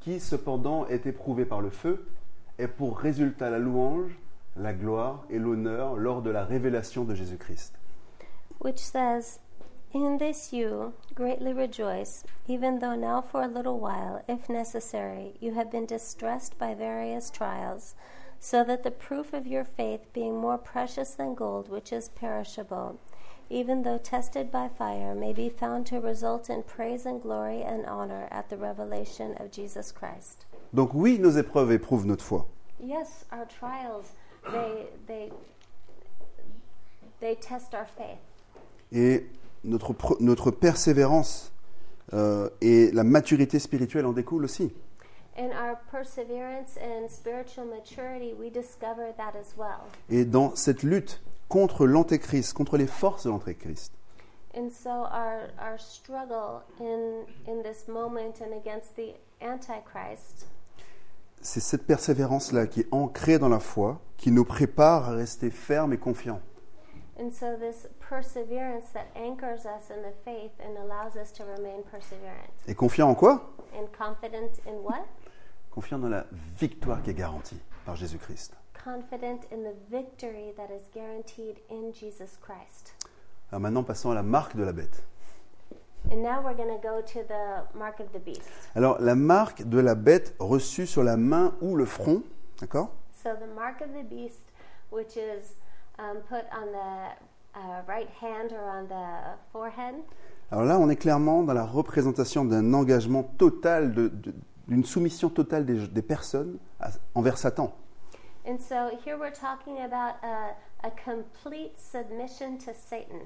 [SPEAKER 1] qui cependant est éprouvé par le feu, ait pour résultat la louange, la gloire et l'honneur lors de la révélation de Jésus-Christ.
[SPEAKER 2] which says, In this you greatly rejoice, even though now for a little while, if necessary, you have been distressed by various trials, so that the proof of your faith, being more precious than gold, which is perishable, even though tested by fire, may be found to result in praise and glory and honor at the revelation of Jesus Christ.
[SPEAKER 1] Donc oui, nos épreuves éprouvent notre foi.
[SPEAKER 2] Yes, our trials, they, they, they test our faith.
[SPEAKER 1] Et notre, pr- notre persévérance euh, et la maturité spirituelle en découlent aussi.
[SPEAKER 2] In our perseverance and spiritual maturity, we discover that as well.
[SPEAKER 1] Et dans cette lutte contre l'antéchrist, contre les forces de l'antéchrist,
[SPEAKER 2] And so our, our struggle in, in this moment and against the Antichrist,
[SPEAKER 1] c'est cette persévérance-là qui est ancrée dans la foi, qui nous prépare à rester ferme et confiant.
[SPEAKER 2] and so this perseverance that anchors us in the faith and allows us to remain perseverant.
[SPEAKER 1] Et confiant en quoi
[SPEAKER 2] And confident in what?
[SPEAKER 1] Confiant dans la victoire qui est garantie par Jésus-Christ.
[SPEAKER 2] Confident in the victory that is guaranteed in Jesus Christ.
[SPEAKER 1] Alors maintenant, passons à la marque de la bête.
[SPEAKER 2] And now we're going to go to the mark of the beast.
[SPEAKER 1] Alors, la marque de la bête reçue sur la main ou le front, d'accord
[SPEAKER 2] So the mark of the beast, which is um, put on the uh, right hand or on the forehead,
[SPEAKER 1] Alors là, on est clairement dans la représentation d'un engagement total, de- de- d'une soumission totale des, des personnes à- envers Satan.
[SPEAKER 2] and so here we're talking about a, a complete submission to Satan,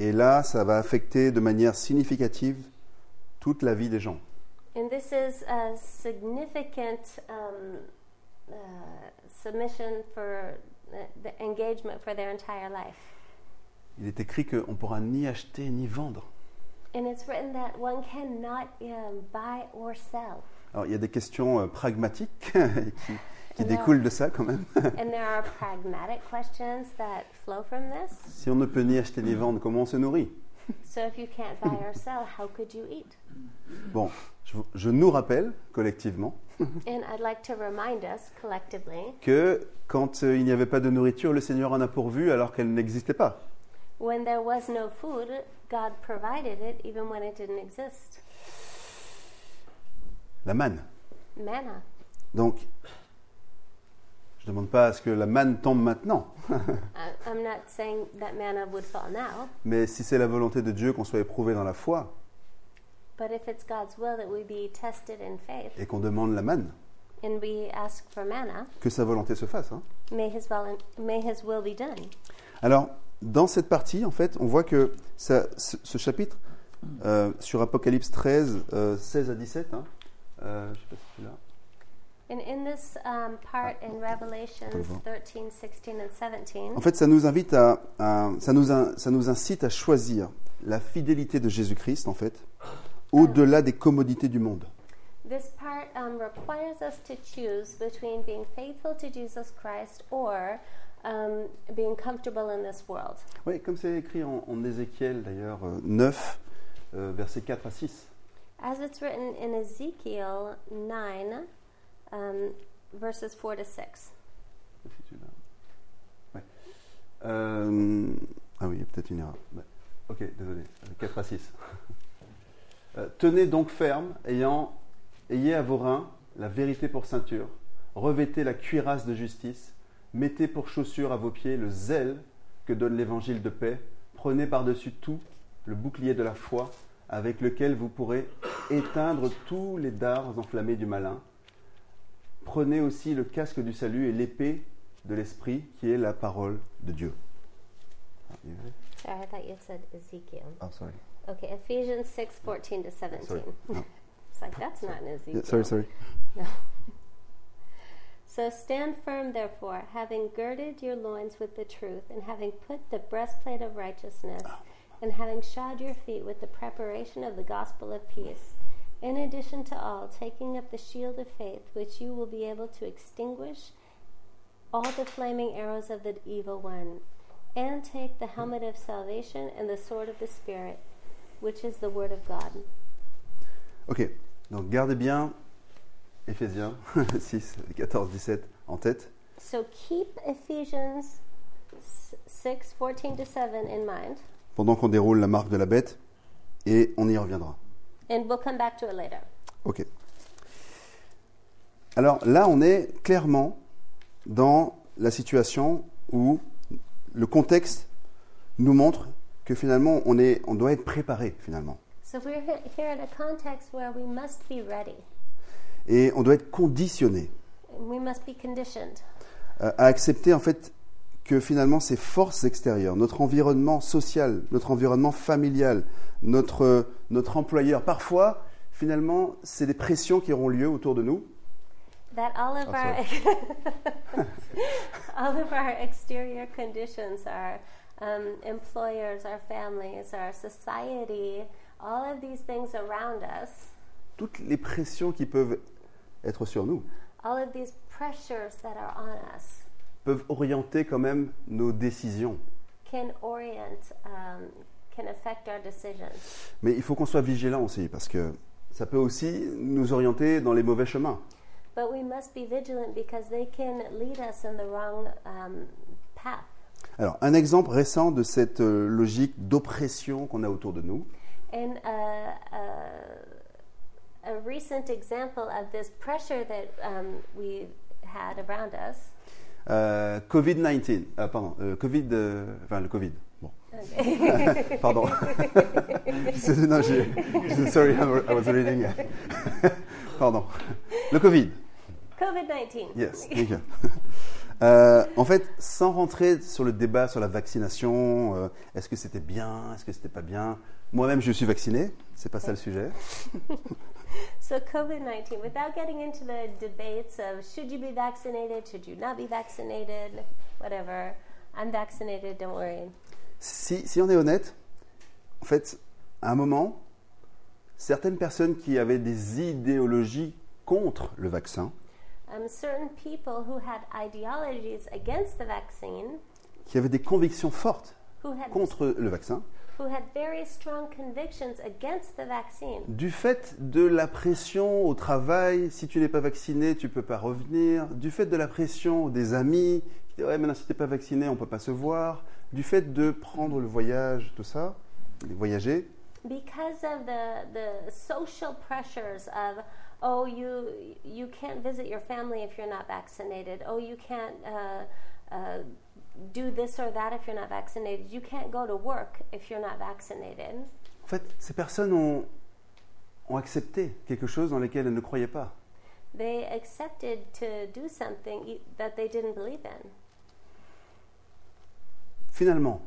[SPEAKER 1] Et là, ça va affecter de manière significative toute la vie des gens.
[SPEAKER 2] and this is a significant um, uh, submission for uh, the engagement for their entire life.
[SPEAKER 1] Il est écrit qu'on ne pourra ni acheter ni vendre.
[SPEAKER 2] And it's written that one cannot um, buy or sell.
[SPEAKER 1] Alors il y a des questions euh, pragmatiques [laughs] qui, qui découlent de ça quand même. [laughs]
[SPEAKER 2] and there are pragmatic questions that flow from this.
[SPEAKER 1] Si on ne peut ni acheter ni vendre, comment on se nourrit
[SPEAKER 2] So if you can't buy or sell, how could you eat?
[SPEAKER 1] Bon, je, vous- je nous rappelle collectivement
[SPEAKER 2] And I'd like to remind us collectively
[SPEAKER 1] que quand euh, il n'y avait pas de nourriture, le Seigneur en a pourvu alors qu'elle n'existait pas.
[SPEAKER 2] when there was no food, God provided it even when it didn't exist.
[SPEAKER 1] La manne.
[SPEAKER 2] Manna.
[SPEAKER 1] Donc, je ne demande pas à ce que la manne tombe maintenant,
[SPEAKER 2] I- I'm not saying that manna would fall now,
[SPEAKER 1] mais si c'est la volonté de Dieu qu'on soit éprouvé dans la foi
[SPEAKER 2] but if it's God's will that we be tested in faith
[SPEAKER 1] et qu'on demande la manne,
[SPEAKER 2] and we ask for manna,
[SPEAKER 1] que sa volonté se fasse. hein.
[SPEAKER 2] may his, vol- may his will be done.
[SPEAKER 1] Alors, dans cette partie, en fait, on voit que ça- ce, ce chapitre, euh, sur Apocalypse 13, euh, 16 à 17, hein, euh, je sais pas si c'est là.
[SPEAKER 2] And in this um, part in Revelations
[SPEAKER 1] Devant.
[SPEAKER 2] 13, 16, and 17,
[SPEAKER 1] En fait, ça nous invite à, à- ça, nous, in- ça nous incite à choisir la fidélité de Jésus-Christ, en fait, au-delà des commodités du monde.
[SPEAKER 2] This part part um, requires us to choose between being faithful to Jesus Christ or um, being comfortable in this world.
[SPEAKER 1] Oui, comme c'est écrit en, en Ézéchiel d'ailleurs, euh, 9, euh, versets 4 à 6.
[SPEAKER 2] As it's written in Ezekiel 9, um, verses 4 to 6.
[SPEAKER 1] Si tu l'as. Ouais. Euh, ah oui, il y a peut-être une erreur. Ouais. Ok, désolé. Euh, 4 à 6. [laughs] Euh, Tenez donc ferme, ayant, ayez à vos reins la vérité pour ceinture, revêtez la cuirasse de justice, mettez pour chaussure à vos pieds le zèle que donne l'évangile de paix, prenez par-dessus tout le bouclier de la foi avec lequel vous pourrez éteindre tous les dards enflammés du malin. Prenez aussi le casque du salut et l'épée de l'esprit qui est la parole de Dieu. Ah, il y avait-
[SPEAKER 2] Sorry, I thought you had said Ezekiel.
[SPEAKER 1] Ah, sorry. Ah,
[SPEAKER 2] Okay, Ephesians 6, 14 to 17.
[SPEAKER 1] Sorry. No.
[SPEAKER 2] It's like, that's not in Ezekiel.
[SPEAKER 1] Yeah, sorry, sorry.
[SPEAKER 2] So stand firm, therefore, having girded your loins with the truth, and having put the breastplate of righteousness, and having shod your feet with the preparation of the gospel of peace. In addition to all, taking up the shield of faith, which you will be able to extinguish all the flaming arrows of the evil one, and take the helmet of salvation and the sword of the Spirit, which is the word of God.
[SPEAKER 1] Ok, donc gardez bien [laughs] Ephésiens 6, 14, 17 en tête.
[SPEAKER 2] So keep Ephesians s- 6 14 to 7 in mind.
[SPEAKER 1] pendant qu'on déroule la marque de la bête et on y reviendra.
[SPEAKER 2] And we'll come back to it later.
[SPEAKER 1] Ok. Alors là, on est clairement dans la situation où le contexte nous montre que finalement, on, est, on doit être préparé finalement.
[SPEAKER 2] So we're he- here in a context where we must be ready.
[SPEAKER 1] Et on doit être conditionné
[SPEAKER 2] We must be conditioned
[SPEAKER 1] euh, à accepter en fait que finalement ces forces extérieures, notre environnement social, notre environnement familial, notre, euh, notre employeur, parfois finalement c'est des pressions qui auront lieu autour de nous
[SPEAKER 2] that all of
[SPEAKER 1] Oh,
[SPEAKER 2] our [laughs] all of our exterior conditions, our um, employers, our families, our society, all of these things around us,
[SPEAKER 1] toutes les pressions qui peuvent être sur nous
[SPEAKER 2] all of these pressures that are on us,
[SPEAKER 1] peuvent orienter quand même nos décisions.
[SPEAKER 2] can orient, um, can affect our decisions.
[SPEAKER 1] Mais il faut qu'on soit vigilant aussi parce que ça peut aussi nous orienter dans les mauvais chemins.
[SPEAKER 2] But we must be vigilant because they can lead us in the wrong um, path.
[SPEAKER 1] Alors, un exemple récent de cette euh, logique d'oppression qu'on a autour de nous,
[SPEAKER 2] And uh, uh, a recent example of this pressure that um, we had around us.
[SPEAKER 1] euh, Covid-19, ah, pardon, euh, Covid, euh, enfin le Covid. Bon, [laughs] pardon. C'est- non, j'ai- sorry, I was reading. pardon. Le Covid.
[SPEAKER 2] COVID 19.
[SPEAKER 1] Yes, thank you. [laughs] Euh, en fait, sans rentrer sur le débat sur la vaccination, euh, est-ce que c'était bien, est-ce que c'était pas bien Moi-même, je suis vacciné, c'est pas ça le sujet.
[SPEAKER 2] So, COVID 19, without getting into the debates of should you be vaccinated, should you not be vaccinated, whatever, I'm vaccinated, don't worry.
[SPEAKER 1] Si, si on est honnête, en fait, à un moment, certaines personnes qui avaient des idéologies contre le vaccin,
[SPEAKER 2] Um, certain people who had ideologies against the vaccine,
[SPEAKER 1] qui avaient des convictions fortes
[SPEAKER 2] who had
[SPEAKER 1] contre le vaccin,
[SPEAKER 2] who had very strong convictions against the vaccine
[SPEAKER 1] du fait de la pression au travail, si tu n'es pas vacciné, tu peux pas revenir, du fait de la pression des amis, qui disent, ouais, maintenant si tu n'es pas vacciné, on peut pas se voir, du fait de prendre le voyage, tout ça, les voyager.
[SPEAKER 2] because of the the social pressures of oh you you can't visit your family if you're not vaccinated oh you can't uh, uh, do this or that if you're not vaccinated you can't go to work if you're not vaccinated
[SPEAKER 1] En fait, ces personnes ont, ont accepté quelque chose dans lequel elles ne croyaient pas.
[SPEAKER 2] they accepted to do something e- that they didn't believe in
[SPEAKER 1] Finalement,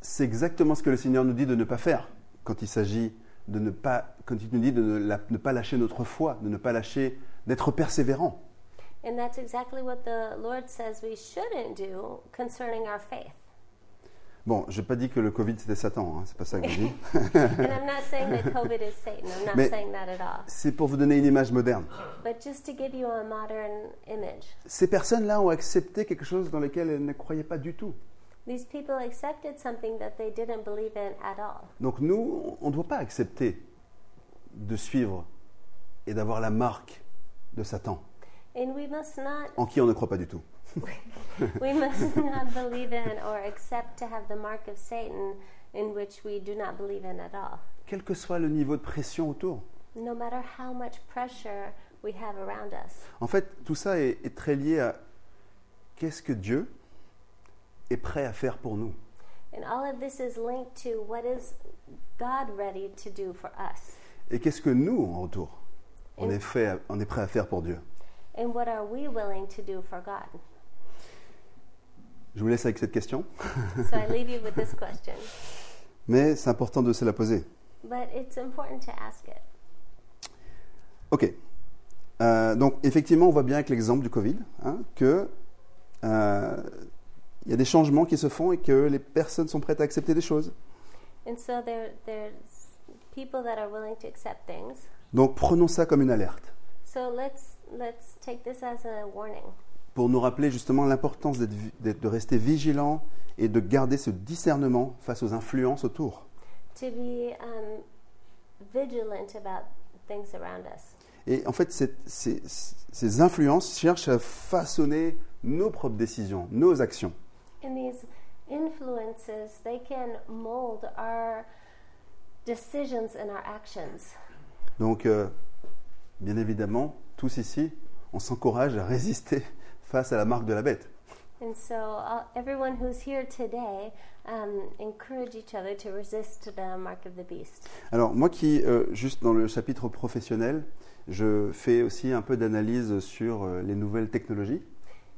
[SPEAKER 1] c'est exactement ce que le Seigneur nous dit de ne pas faire quand il s'agit de ne pas, quand il nous dit de ne la- ne pas lâcher notre foi, de ne pas lâcher, d'être persévérant.
[SPEAKER 2] and that's exactly what the lord says we shouldn't do concerning our faith
[SPEAKER 1] Bon, j'ai pas dit que le Covid c'était Satan, hein, c'est pas ça que je dis.
[SPEAKER 2] And I'm not saying that COVID is Satan. I'm not
[SPEAKER 1] Mais-
[SPEAKER 2] saying that at all.
[SPEAKER 1] C'est pour vous donner une image moderne.
[SPEAKER 2] But just to give you a modern image,
[SPEAKER 1] Ces personnes-là ont accepté quelque chose dans lequel elles ne croyaient pas du tout.
[SPEAKER 2] these people accepted something that they didn't believe in at all.
[SPEAKER 1] Donc nous, on ne doit pas accepter de suivre et d'avoir la marque de Satan
[SPEAKER 2] And we must not
[SPEAKER 1] en qui on ne croit pas du tout.
[SPEAKER 2] we must not believe in or accept to have the mark of Satan in which we do not believe in at all.
[SPEAKER 1] Quel que soit le niveau de pression autour.
[SPEAKER 2] No matter how much pressure we have around us.
[SPEAKER 1] En fait, tout ça est, est très lié à qu'est-ce que Dieu est prêt à faire pour nous.
[SPEAKER 2] And all of this is linked to what is God ready to do for us?
[SPEAKER 1] Et qu'est-ce que nous, en retour, on
[SPEAKER 2] Et-
[SPEAKER 1] est, fait à- on est prêt à faire pour Dieu.
[SPEAKER 2] And what are we willing to do for God?
[SPEAKER 1] Je vous laisse avec cette question,
[SPEAKER 2] So I leave you with this question.
[SPEAKER 1] mais c'est important de se la poser.
[SPEAKER 2] But it's important to ask it.
[SPEAKER 1] Ok. Euh, donc, effectivement, on voit bien avec l'exemple du Covid hein, que euh, il y a des changements qui se font et que les personnes sont prêtes à accepter des choses.
[SPEAKER 2] And so there, there's people that are willing to accept things.
[SPEAKER 1] Donc, prenons ça comme une alerte
[SPEAKER 2] So let's let's take this as a warning
[SPEAKER 1] pour nous rappeler justement l'importance d'être vi- d'être- de rester vigilant et de garder ce discernement face aux influences autour
[SPEAKER 2] to be um, vigilant about things around us.
[SPEAKER 1] Et en fait, cette- ces, ces influences cherchent à façonner nos propres décisions, nos actions.
[SPEAKER 2] And these influences they can mold our decisions and our actions.
[SPEAKER 1] Donc, euh, bien évidemment, tous ici, on s'encourage à résister [laughs] face à la marque de la bête.
[SPEAKER 2] And so uh, everyone who's here today um, encourage each other to resist the mark of the beast.
[SPEAKER 1] Alors, moi qui, euh, juste dans le chapitre professionnel, je fais aussi un peu d'analyse sur euh, les nouvelles technologies.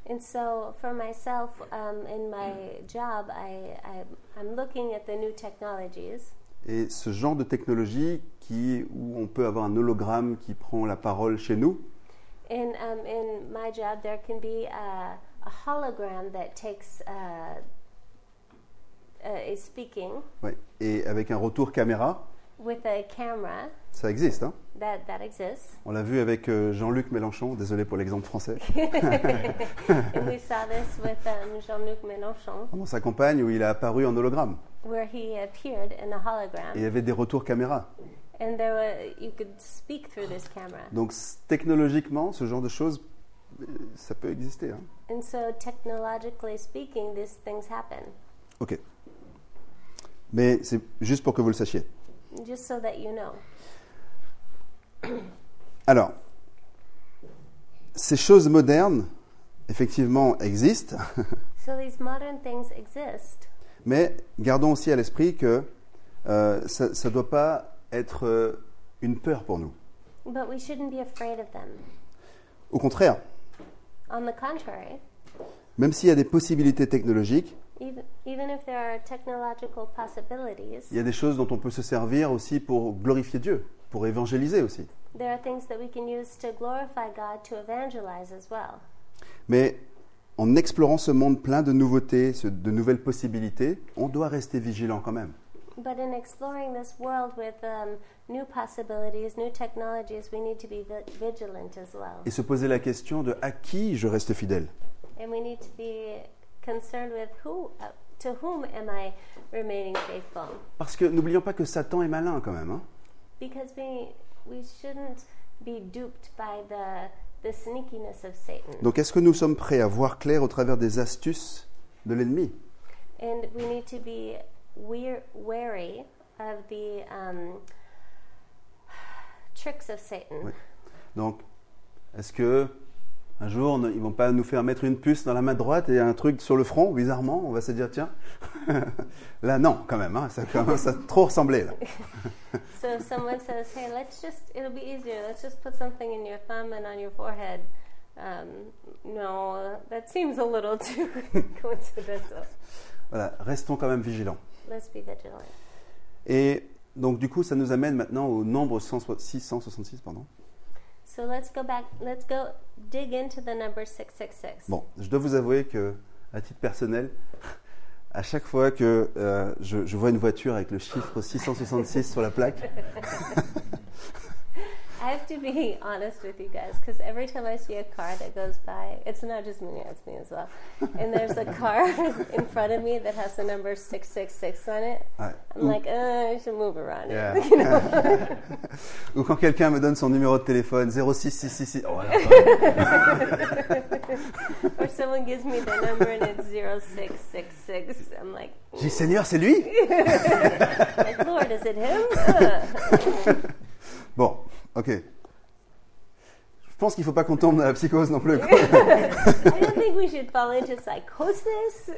[SPEAKER 2] And so, for myself, um, in my job, I, I, I'm looking at the new technologies.
[SPEAKER 1] Et ce genre de technologie qui, où on peut avoir un hologramme qui prend la parole chez nous,
[SPEAKER 2] In, um, in my job, there can be a, a hologram that takes uh, uh, is speaking
[SPEAKER 1] ouais, et avec un retour caméra,
[SPEAKER 2] with a camera
[SPEAKER 1] ça existe. Hein
[SPEAKER 2] that, that exists.
[SPEAKER 1] On l'a vu avec euh, Jean-Luc Mélenchon, désolé pour l'exemple français,
[SPEAKER 2] and we saw this with um, Jean-Luc Mélenchon,
[SPEAKER 1] pendant sa campagne où il a apparu en hologramme.
[SPEAKER 2] where he appeared in a hologram,
[SPEAKER 1] Et il y avait des retours caméra.
[SPEAKER 2] and there were, you could speak through this camera.
[SPEAKER 1] Donc s- technologiquement, ce genre de choses, euh, ça peut exister. hein.
[SPEAKER 2] And so, technologically speaking, these things happen.
[SPEAKER 1] Ok. Mais c'est juste pour que vous le sachiez.
[SPEAKER 2] Just so that you know.
[SPEAKER 1] Alors, ces choses modernes, effectivement, existent, [laughs]
[SPEAKER 2] So these modern things exist,
[SPEAKER 1] mais gardons aussi à l'esprit que euh, ça ne doit pas être euh, une peur pour nous.
[SPEAKER 2] but we shouldn't be afraid of them.
[SPEAKER 1] Au contraire,
[SPEAKER 2] On the contrary,
[SPEAKER 1] même s'il y a des possibilités technologiques,
[SPEAKER 2] even, even if there are technological possibilities,
[SPEAKER 1] il y a des choses dont on peut se servir aussi pour glorifier Dieu, pour évangéliser aussi.
[SPEAKER 2] there are things that we can use to glorify God to evangelize as well.
[SPEAKER 1] Mais en explorant ce monde plein de nouveautés, ce- de nouvelles possibilités, on doit rester vigilant quand même.
[SPEAKER 2] But in exploring this world with um, new possibilities, new technologies, we need to be vi- vigilant as well.
[SPEAKER 1] Et se poser la question de à qui je reste fidèle
[SPEAKER 2] And we need to be concerned with who, uh, to whom am I remaining faithful?
[SPEAKER 1] Parce que n'oublions pas que Satan est malin quand même. hein.
[SPEAKER 2] because we we shouldn't be duped by the the sneakiness of Satan.
[SPEAKER 1] Donc est-ce que nous sommes prêts à voir clair au travers des astuces de l'ennemi
[SPEAKER 2] And we need to be weir- wary of the um, [sighs] tricks of Satan.
[SPEAKER 1] Oui. Donc est-ce que un jour ne- ils vont pas nous faire mettre une puce dans la main droite et un truc sur le front bizarrement On va se dire tiens, [laughs] là non quand même, hein, ça commence à trop ressembler là.
[SPEAKER 2] So if someone says, "Hey, let's just it'll be easier. Let's just put something in your thumb and on your forehead." Um, no, that seems a little [laughs] too coincidental.
[SPEAKER 1] Voilà, restons quand même vigilants.
[SPEAKER 2] Let's be vigilant.
[SPEAKER 1] Et donc, du coup, ça nous amène maintenant au nombre 100 666. Pardon.
[SPEAKER 2] So let's go back. Let's go dig into the number six six six.
[SPEAKER 1] Bon, je dois vous avouer que, à titre personnel, À chaque fois que euh, je, je vois une voiture avec le chiffre 666 sur la plaque,
[SPEAKER 2] I have to be [laughs] honest with you guys because every time I see a car that goes by, it's not just me, it's me as well. And there's a car [laughs] in front of me that has the number 666 on it.
[SPEAKER 1] ouais.
[SPEAKER 2] I'm like, uh, I should move
[SPEAKER 1] Mm.
[SPEAKER 2] around
[SPEAKER 1] Yeah.
[SPEAKER 2] it. [laughs] You know?
[SPEAKER 1] ou quand quelqu'un me donne son numéro de téléphone 06666, oh, voilà.
[SPEAKER 2] or someone gives me the number and it's 0666. I'm like,
[SPEAKER 1] j'ai dit, Seigneur, c'est lui
[SPEAKER 2] like Lord, is it him? [laughs] Uh.
[SPEAKER 1] Bon, ok. Je pense qu'il ne faut pas qu'on tombe dans la psychose non plus. quoi.
[SPEAKER 2] I don't think we should fall into psychosis.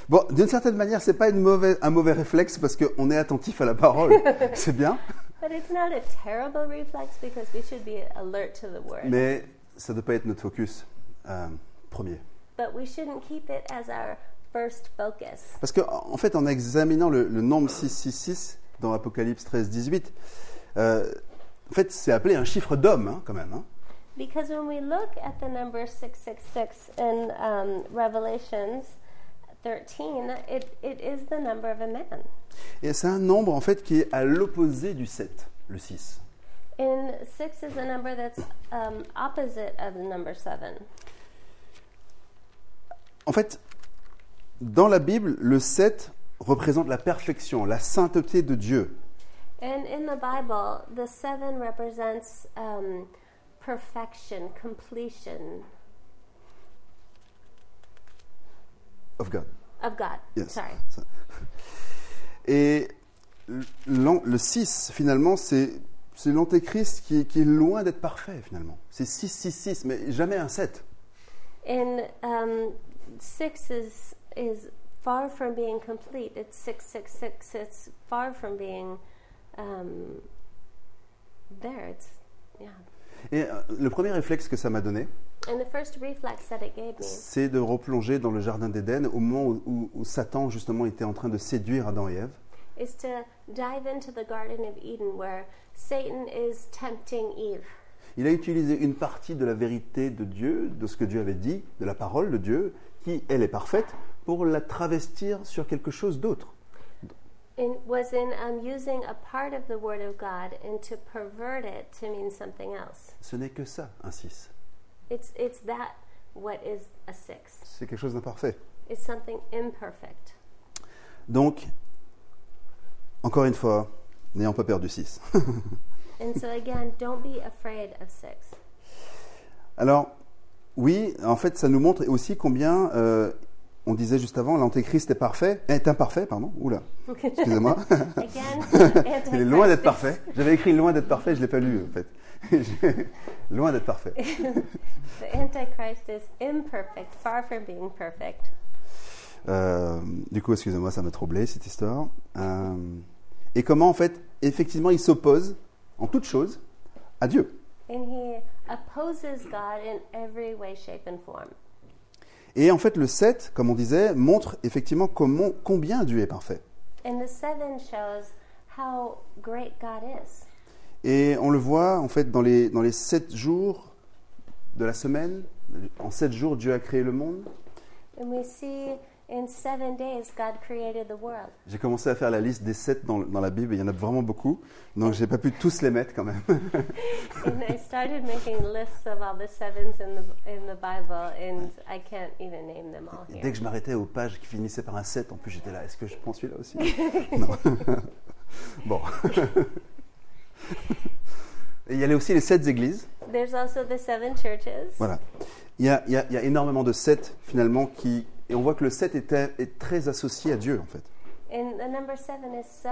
[SPEAKER 2] [laughs]
[SPEAKER 1] Bon, d'une certaine manière, c'est pas une mauvaise- un mauvais réflexe parce qu'on est attentif à la parole. c'est bien,
[SPEAKER 2] but it's not a terrible reflex because we should be alert to the word.
[SPEAKER 1] mais ça ne doit pas être notre focus euh, premier.
[SPEAKER 2] But we shouldn't keep it as our first focus.
[SPEAKER 1] Parce que en fait, en examinant le, le nombre 666 dans Apocalypse 13, 18, euh, en fait, c'est appelé un chiffre d'homme hein, quand même. hein.
[SPEAKER 2] Because when we look at the number 666 in um, Revelations 13, it, it is the number of a man.
[SPEAKER 1] Et c'est un nombre en fait qui est à l'opposé du 7, le 6.
[SPEAKER 2] And 6 is a number that's um, opposite of the number 7.
[SPEAKER 1] En fait, dans la Bible, le 7 représente la perfection, la sainteté de Dieu.
[SPEAKER 2] And in the Bible, the 7 represents um, perfection, completion
[SPEAKER 1] Of God.
[SPEAKER 2] of God.
[SPEAKER 1] Yes.
[SPEAKER 2] Sorry.
[SPEAKER 1] Ça- Et l'an- le 6, finalement, c'est c'est l'antéchrist qui, est- qui est loin d'être parfait, finalement. C'est 6, 6, 6, mais jamais un 7.
[SPEAKER 2] And um, 6 is, is far from being complete. It's 666. It's far from being um, there. It's, yeah.
[SPEAKER 1] Et euh, le premier réflexe que ça m'a donné,
[SPEAKER 2] And the first reflex that it gave me
[SPEAKER 1] c'est de replonger dans le jardin d'Éden au moment où, où- où Satan, justement, était en train de séduire Adam et Ève.
[SPEAKER 2] is to dive into the Garden of Eden where Satan is tempting Eve.
[SPEAKER 1] Il a utilisé une partie de la vérité de Dieu, de ce que Dieu avait dit, de la parole de Dieu, qui, elle, est parfaite, pour la travestir sur quelque chose d'autre.
[SPEAKER 2] It was in um, using a part of the Word of God and to pervert it to mean something else.
[SPEAKER 1] Ce n'est que ça, un 6.
[SPEAKER 2] It's, it's that what is a six.
[SPEAKER 1] C'est quelque chose d'imparfait.
[SPEAKER 2] It's something imperfect.
[SPEAKER 1] Donc, encore une fois, n'ayant pas perdu 6.
[SPEAKER 2] And so again, don't be afraid of six.
[SPEAKER 1] [laughs] Alors, oui, en fait, ça nous montre aussi combien, euh, on disait juste avant, l'antéchrist est parfait, est imparfait, pardon, oula, excusez-moi,
[SPEAKER 2] Again,
[SPEAKER 1] il est loin d'être
[SPEAKER 2] Antichrist
[SPEAKER 1] parfait. J'avais écrit loin d'être parfait, je ne l'ai pas lu, en [laughs] fait. loin d'être parfait.
[SPEAKER 2] is- The Antichrist is imperfect, far from being perfect.
[SPEAKER 1] Euh, du coup, excusez-moi, ça m'a troublé, cette histoire. Euh, et comment, en fait, effectivement, il s'oppose, en toute chose, à Dieu.
[SPEAKER 2] And he opposes God in every way, shape, and form.
[SPEAKER 1] Et en fait, le 7, comme on disait, montre effectivement comment, combien Dieu est parfait.
[SPEAKER 2] And the seven shows how great God is.
[SPEAKER 1] Et on le voit, en fait, dans les, dans les 7 jours de la semaine. En 7 jours, Dieu a créé le monde.
[SPEAKER 2] And we see in seven days God created the world.
[SPEAKER 1] J'ai commencé à faire la liste des 7 dans, dans la Bible, et il y en a vraiment beaucoup. Donc, j'ai pas pu tous les mettre quand même.
[SPEAKER 2] And I started making lists of all the sevens in the in the Bible, and I can't even name them all
[SPEAKER 1] Et dès
[SPEAKER 2] here.
[SPEAKER 1] que je m'arrêtais aux pages qui finissaient par un 7, en plus j'étais là, est-ce que je prends celui-là aussi Non. [laughs] bon. Et il y a les- aussi les sept églises.
[SPEAKER 2] There's also the seven churches.
[SPEAKER 1] Voilà. Il y a, il y a- il y a énormément de sept finalement qui. Et on voit que le 7 est, un- est très associé à Dieu en fait.
[SPEAKER 2] And the number seven is so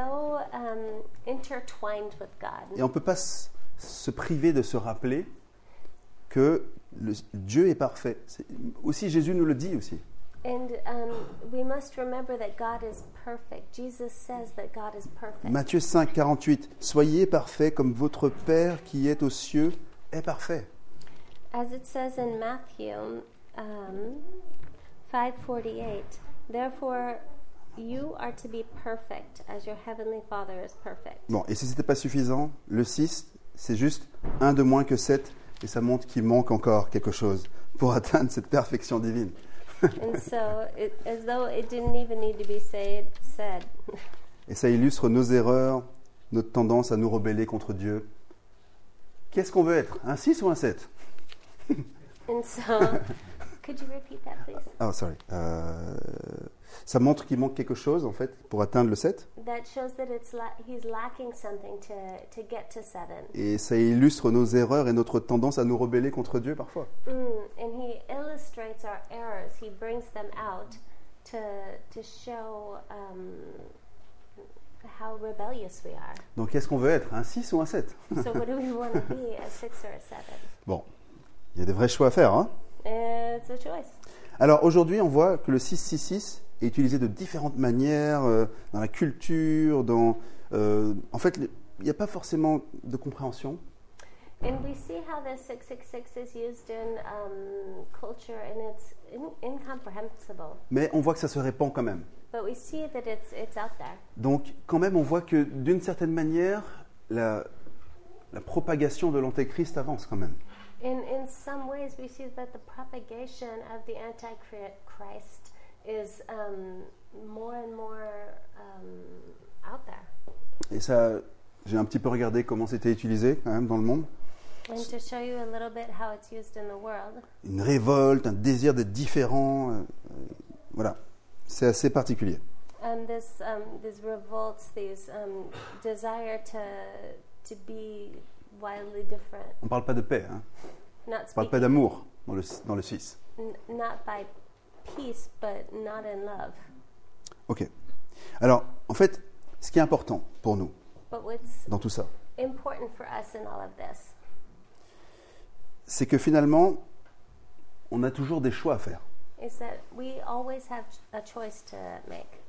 [SPEAKER 2] um, intertwined with
[SPEAKER 1] Et
[SPEAKER 2] God.
[SPEAKER 1] on ne peut pas s- se priver de se rappeler que le- Dieu est parfait. C'est- Aussi Jésus nous le dit aussi.
[SPEAKER 2] And um, we must remember that God is perfect. Jesus says that God is perfect.
[SPEAKER 1] Matthieu 5, 48. Soyez parfaits comme votre Père qui est aux cieux est parfait.
[SPEAKER 2] As it says in Matthew um, 5:48, therefore you are to be perfect as your heavenly Father is perfect.
[SPEAKER 1] Bon, et si c'était pas suffisant, le 6, c'est juste un [laughs] de moins que 7, et ça montre qu'il manque encore quelque chose pour atteindre cette perfection divine.
[SPEAKER 2] and so, it, as though it didn't even need to be say, said.
[SPEAKER 1] Et ça illustre nos erreurs, notre tendance à nous rebeller contre Dieu. Qu'est-ce qu'on veut être Un 6 ou un 7
[SPEAKER 2] And so, could you repeat that, please?
[SPEAKER 1] Ah, sorry. Euh, ça montre qu'il manque quelque chose, en fait, pour atteindre le 7.
[SPEAKER 2] That shows that it's la- he's lacking something to, to get to seven.
[SPEAKER 1] Et ça illustre nos erreurs et notre tendance à nous rebeller contre Dieu parfois.
[SPEAKER 2] Mm, and he illustrates our errors. He brings them out to, to show um, how rebellious we are.
[SPEAKER 1] Donc, qu'est-ce qu'on veut être Un 6 ou un 7
[SPEAKER 2] So, what do we want to be, a six or a seven?
[SPEAKER 1] [laughs] Bon, il y a des vrais choix à faire. Hein
[SPEAKER 2] It's a choice.
[SPEAKER 1] Alors aujourd'hui, on voit que le 666 est utilisé de différentes manières euh, dans la culture, dans... euh, en fait, les- il n'y a pas forcément de compréhension.
[SPEAKER 2] And we see how the 666 is used in um, culture, and it's in- incomprehensible.
[SPEAKER 1] mais on voit que ça se répand quand même.
[SPEAKER 2] But we see that it's, it's out there.
[SPEAKER 1] Donc quand même, on voit que d'une certaine manière, la, la propagation de l'Antéchrist avance quand même.
[SPEAKER 2] In, in some ways, we see that the propagation of the Antichrist is um, more and more um, out there.
[SPEAKER 1] Et ça, j'ai un petit peu regardé comment c'était utilisé quand même dans le monde.
[SPEAKER 2] And to show you a little bit how it's used in the world,
[SPEAKER 1] Une révolte, un désir d'être différent, euh, euh, voilà. C'est assez particulier.
[SPEAKER 2] um, this, um, these revolts, these um, desire to, to be wildly different,
[SPEAKER 1] On ne parle pas de paix, hein. on ne
[SPEAKER 2] not
[SPEAKER 1] parle pas
[SPEAKER 2] speaking,
[SPEAKER 1] d'amour dans le, dans le 6.
[SPEAKER 2] n- not by peace, but not in love.
[SPEAKER 1] Ok. Alors, en fait, ce qui est important pour nous
[SPEAKER 2] But what's
[SPEAKER 1] dans tout ça,
[SPEAKER 2] important for us in all of this
[SPEAKER 1] c'est que finalement, on a toujours des choix à faire.
[SPEAKER 2] is that we always have a choice to make.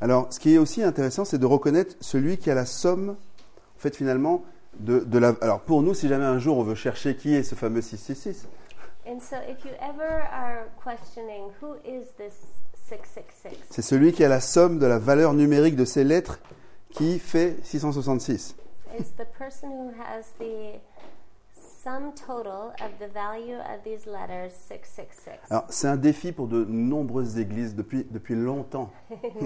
[SPEAKER 1] Alors, ce qui est aussi intéressant, c'est de reconnaître celui qui a la somme, en fait, finalement, de, de la. Alors, pour nous, si jamais un jour on veut chercher qui est ce fameux 666,
[SPEAKER 2] And so, if you ever are questioning who is this 666,
[SPEAKER 1] c'est celui qui a la somme de la valeur numérique de ses lettres qui fait 666.
[SPEAKER 2] is the person who has the sum total of the value of these letters 666.
[SPEAKER 1] Alors, c'est un défi pour de nombreuses églises depuis, depuis longtemps.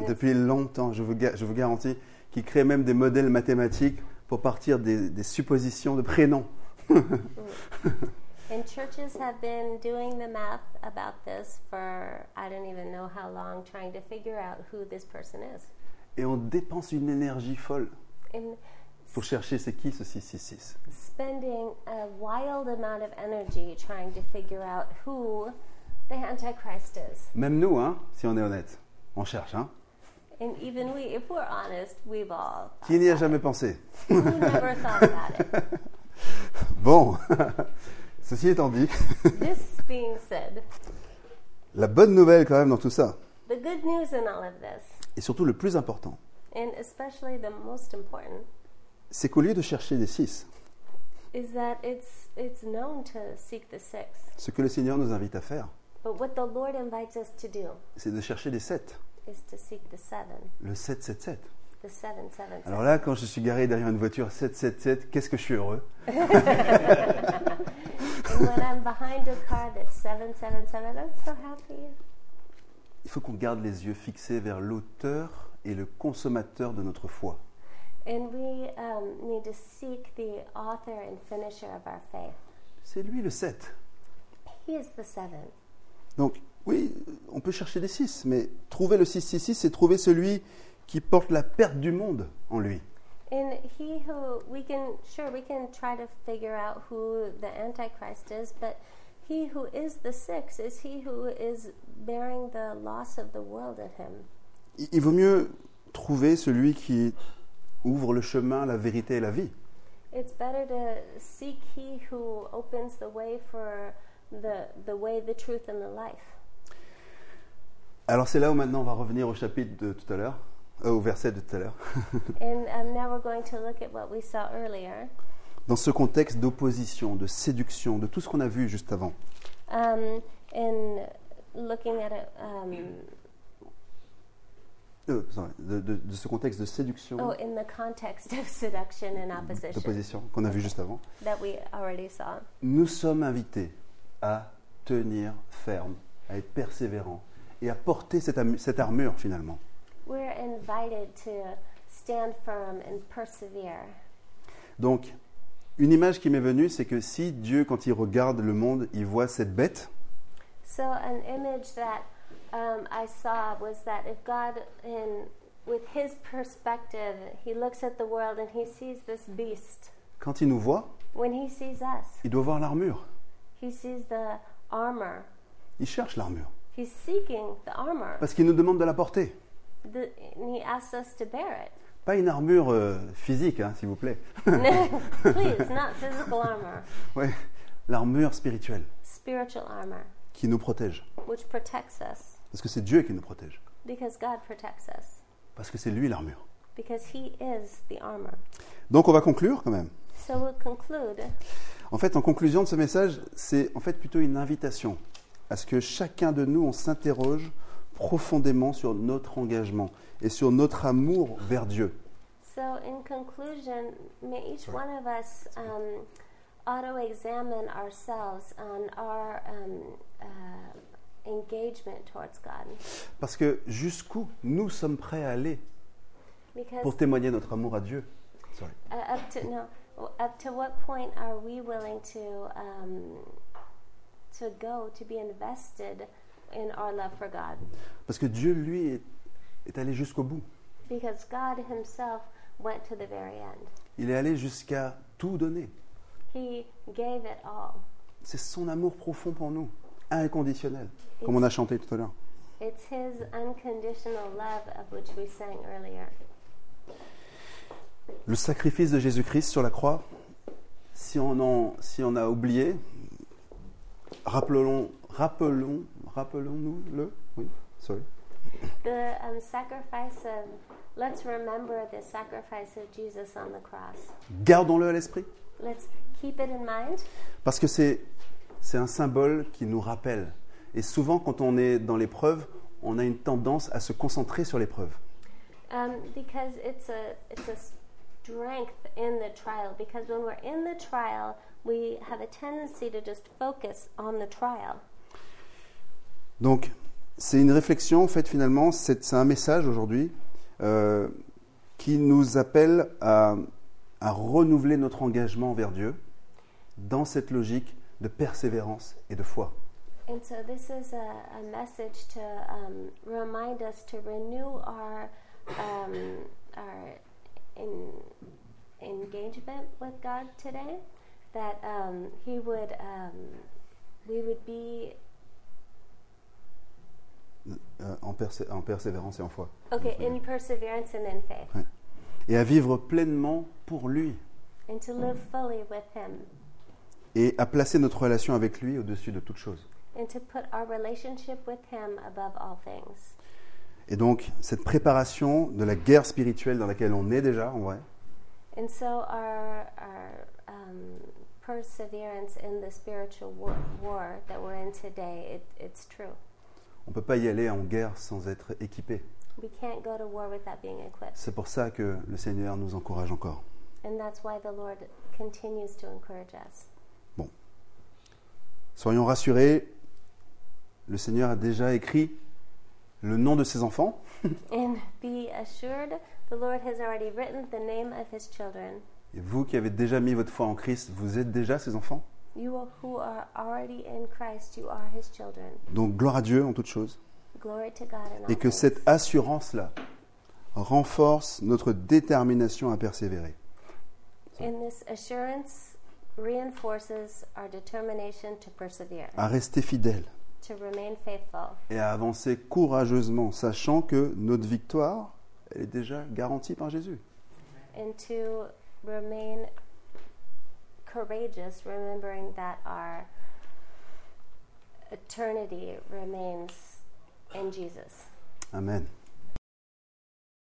[SPEAKER 1] depuis longtemps, je vous, ga- je vous garantis, qui créent même des modèles mathématiques pour partir des, des suppositions de prénoms.
[SPEAKER 2] And churches have been doing the math about this for I don't even know how long, trying to figure out who this person is.
[SPEAKER 1] Et on dépense une énergie folle
[SPEAKER 2] And
[SPEAKER 1] pour chercher c'est qui ce 666.
[SPEAKER 2] spending a wild amount of energy trying to figure out who the Antichrist is.
[SPEAKER 1] Même nous, hein, si on est honnête, on cherche. Hein.
[SPEAKER 2] And even we, if we're honest, we've all
[SPEAKER 1] Qui n'y a jamais pensé
[SPEAKER 2] who never thought about it.
[SPEAKER 1] Bon, [laughs] ceci étant dit,
[SPEAKER 2] This being said,
[SPEAKER 1] la bonne nouvelle quand même dans tout ça,
[SPEAKER 2] the good news in all of this,
[SPEAKER 1] et surtout le plus important,
[SPEAKER 2] and especially the most important,
[SPEAKER 1] c'est qu'au lieu de chercher des six,
[SPEAKER 2] is that it's it's known to seek the six.
[SPEAKER 1] ce que le Seigneur nous invite à faire,
[SPEAKER 2] But what the Lord invites us to do
[SPEAKER 1] c'est de chercher des sept,
[SPEAKER 2] is to seek the seven,
[SPEAKER 1] le 777.
[SPEAKER 2] the seven seven.
[SPEAKER 1] Alors là, quand je suis garé derrière une voiture 777, qu'est-ce que je suis heureux
[SPEAKER 2] and when I'm behind a car that's seven seven seven, I'm so happy.
[SPEAKER 1] Il faut qu'on garde les yeux fixés vers l'auteur et le consommateur de notre foi.
[SPEAKER 2] And we um, need to seek the author and finisher of our faith.
[SPEAKER 1] C'est lui le 7.
[SPEAKER 2] He is the seven.
[SPEAKER 1] Donc, oui, on peut chercher des six, mais trouver le 666, c'est trouver celui qui porte la perte du monde en lui.
[SPEAKER 2] And he who we can sure we can try to figure out who the antichrist is, but he who is the six is he who is bearing the loss of the world in him.
[SPEAKER 1] Il il vaut mieux trouver celui qui ouvre le chemin, la vérité et la vie.
[SPEAKER 2] It's better to seek he who opens the way for the the way, the truth, and the life.
[SPEAKER 1] Alors c'est là où maintenant on va revenir au chapitre de tout à l'heure, euh, au verset de tout à l'heure, [laughs]
[SPEAKER 2] And um, now we're going to look at what we saw earlier
[SPEAKER 1] dans ce contexte d'opposition, de séduction, de tout ce qu'on a vu juste avant.
[SPEAKER 2] um, in looking at it. Um,
[SPEAKER 1] Euh, sorry, de, de- de ce contexte de séduction,
[SPEAKER 2] oh, in the context of [laughs] seduction and opposition
[SPEAKER 1] d'opposition qu'on a vu juste avant.
[SPEAKER 2] that we already saw.
[SPEAKER 1] Nous sommes invités à tenir ferme à être persévérant et à porter cette, am- cette armure finalement.
[SPEAKER 2] We're invited to stand firm and persevere.
[SPEAKER 1] Donc, une image qui m'est venue, c'est que si Dieu, quand il regarde le monde, il voit cette bête,
[SPEAKER 2] So, an image that um, I saw was that if God, in, with his perspective, he looks at the world and he sees this beast,
[SPEAKER 1] quand il nous voit,
[SPEAKER 2] when he sees us,
[SPEAKER 1] il doit voir l'armure.
[SPEAKER 2] he sees the armor.
[SPEAKER 1] Il cherche l'armure
[SPEAKER 2] He's seeking the armor,
[SPEAKER 1] parce qu'il nous demande de la porter.
[SPEAKER 2] the, and he asks us to bear it. [laughs]
[SPEAKER 1] Pas une armure euh, physique, hein, s'il vous plaît. [laughs]
[SPEAKER 2] Please, not physical armor,
[SPEAKER 1] Ouais, l'armure spirituelle
[SPEAKER 2] spiritual armor,
[SPEAKER 1] qui nous protège.
[SPEAKER 2] which protects us
[SPEAKER 1] Parce que c'est Dieu qui nous protège.
[SPEAKER 2] because God protects us,
[SPEAKER 1] Parce que c'est lui l'armure.
[SPEAKER 2] because he is the armor.
[SPEAKER 1] Donc on va conclure quand même.
[SPEAKER 2] So, we'll conclude.
[SPEAKER 1] En fait, en conclusion de ce message, c'est en fait plutôt une invitation à ce que chacun de nous, on s'interroge profondément sur notre engagement et sur notre amour vers Dieu.
[SPEAKER 2] So, in conclusion, may each one of us um, auto examine ourselves on our um, uh, engagement towards God.
[SPEAKER 1] Parce que jusqu'où nous sommes prêts à aller
[SPEAKER 2] Because
[SPEAKER 1] pour témoigner notre amour à Dieu Sorry.
[SPEAKER 2] uh, up, to, no, w- up to what point are we willing to, um, to go, to be invested in our love for God?
[SPEAKER 1] Parce que Dieu, lui, est, est allé jusqu'au bout.
[SPEAKER 2] Because God Himself went to the very end,
[SPEAKER 1] Il est allé jusqu'à tout donner.
[SPEAKER 2] He gave it all.
[SPEAKER 1] C'est son amour profond pour nous, inconditionnel, comme on a chanté tout à l'heure.
[SPEAKER 2] It's His unconditional love of which we sang earlier.
[SPEAKER 1] Le sacrifice de Jésus-Christ sur la croix, si on, en, si on a oublié, rappelons, rappelons, rappelons-nous le. Oui, sorry.
[SPEAKER 2] The um, sacrifice of, let's remember the sacrifice of Jesus on the cross.
[SPEAKER 1] Gardons-le à l'esprit,
[SPEAKER 2] Let's keep it in mind
[SPEAKER 1] parce que c'est, c'est un symbole qui nous rappelle. Et souvent, quand on est dans l'épreuve, on a une tendance à se concentrer sur l'épreuve.
[SPEAKER 2] um, because it's a, it's a strength in the trial. Because when we're in the trial, we have a tendency to just focus on the trial.
[SPEAKER 1] Donc, c'est une réflexion, en fait, finalement, c'est c'est un message aujourd'hui euh, qui nous appelle à, à renouveler notre engagement envers Dieu dans cette logique de persévérance et de foi.
[SPEAKER 2] And so, this is a, a message to um, remind us to renew our, um, our in, engagement with God today. That um, He would, um, we would be
[SPEAKER 1] euh, en, persé- en persévérance et en foi.
[SPEAKER 2] okay in perseverance and in faith,
[SPEAKER 1] Et à vivre pleinement pour lui.
[SPEAKER 2] and to live fully with Him,
[SPEAKER 1] Et à placer notre relation avec lui au-dessus de toute chose.
[SPEAKER 2] and to put our relationship with Him above all things.
[SPEAKER 1] Et donc, cette préparation de la guerre spirituelle dans laquelle on est déjà, en vrai,
[SPEAKER 2] And so, our our um, perseverance in the spiritual war, war that we're in today, it, it's true.
[SPEAKER 1] on ne peut pas y aller en guerre sans être équipé.
[SPEAKER 2] We can't go to war without being equipped.
[SPEAKER 1] C'est pour ça que le Seigneur nous encourage encore.
[SPEAKER 2] And that's why the Lord continues to encourage us.
[SPEAKER 1] Soyons rassurés, le Seigneur a déjà écrit le nom de ses enfants
[SPEAKER 2] And be assured, the Lord has already written the name of his children.
[SPEAKER 1] et vous qui avez déjà mis votre foi en Christ, vous êtes déjà ses enfants.
[SPEAKER 2] You are- who are already in Christ, you are his children.
[SPEAKER 1] Donc gloire à Dieu en toute chose
[SPEAKER 2] Glory to God in all
[SPEAKER 1] et que
[SPEAKER 2] things.
[SPEAKER 1] cette assurance-là renforce notre détermination à persévérer.
[SPEAKER 2] And this assurance reinforces our determination to persevere,
[SPEAKER 1] à rester fidèle
[SPEAKER 2] to remain faithful,
[SPEAKER 1] et à avancer courageusement, sachant que notre victoire, elle est déjà garantie par Jésus.
[SPEAKER 2] and to remain courageous, remembering that our eternity remains in Jesus.
[SPEAKER 1] Amen.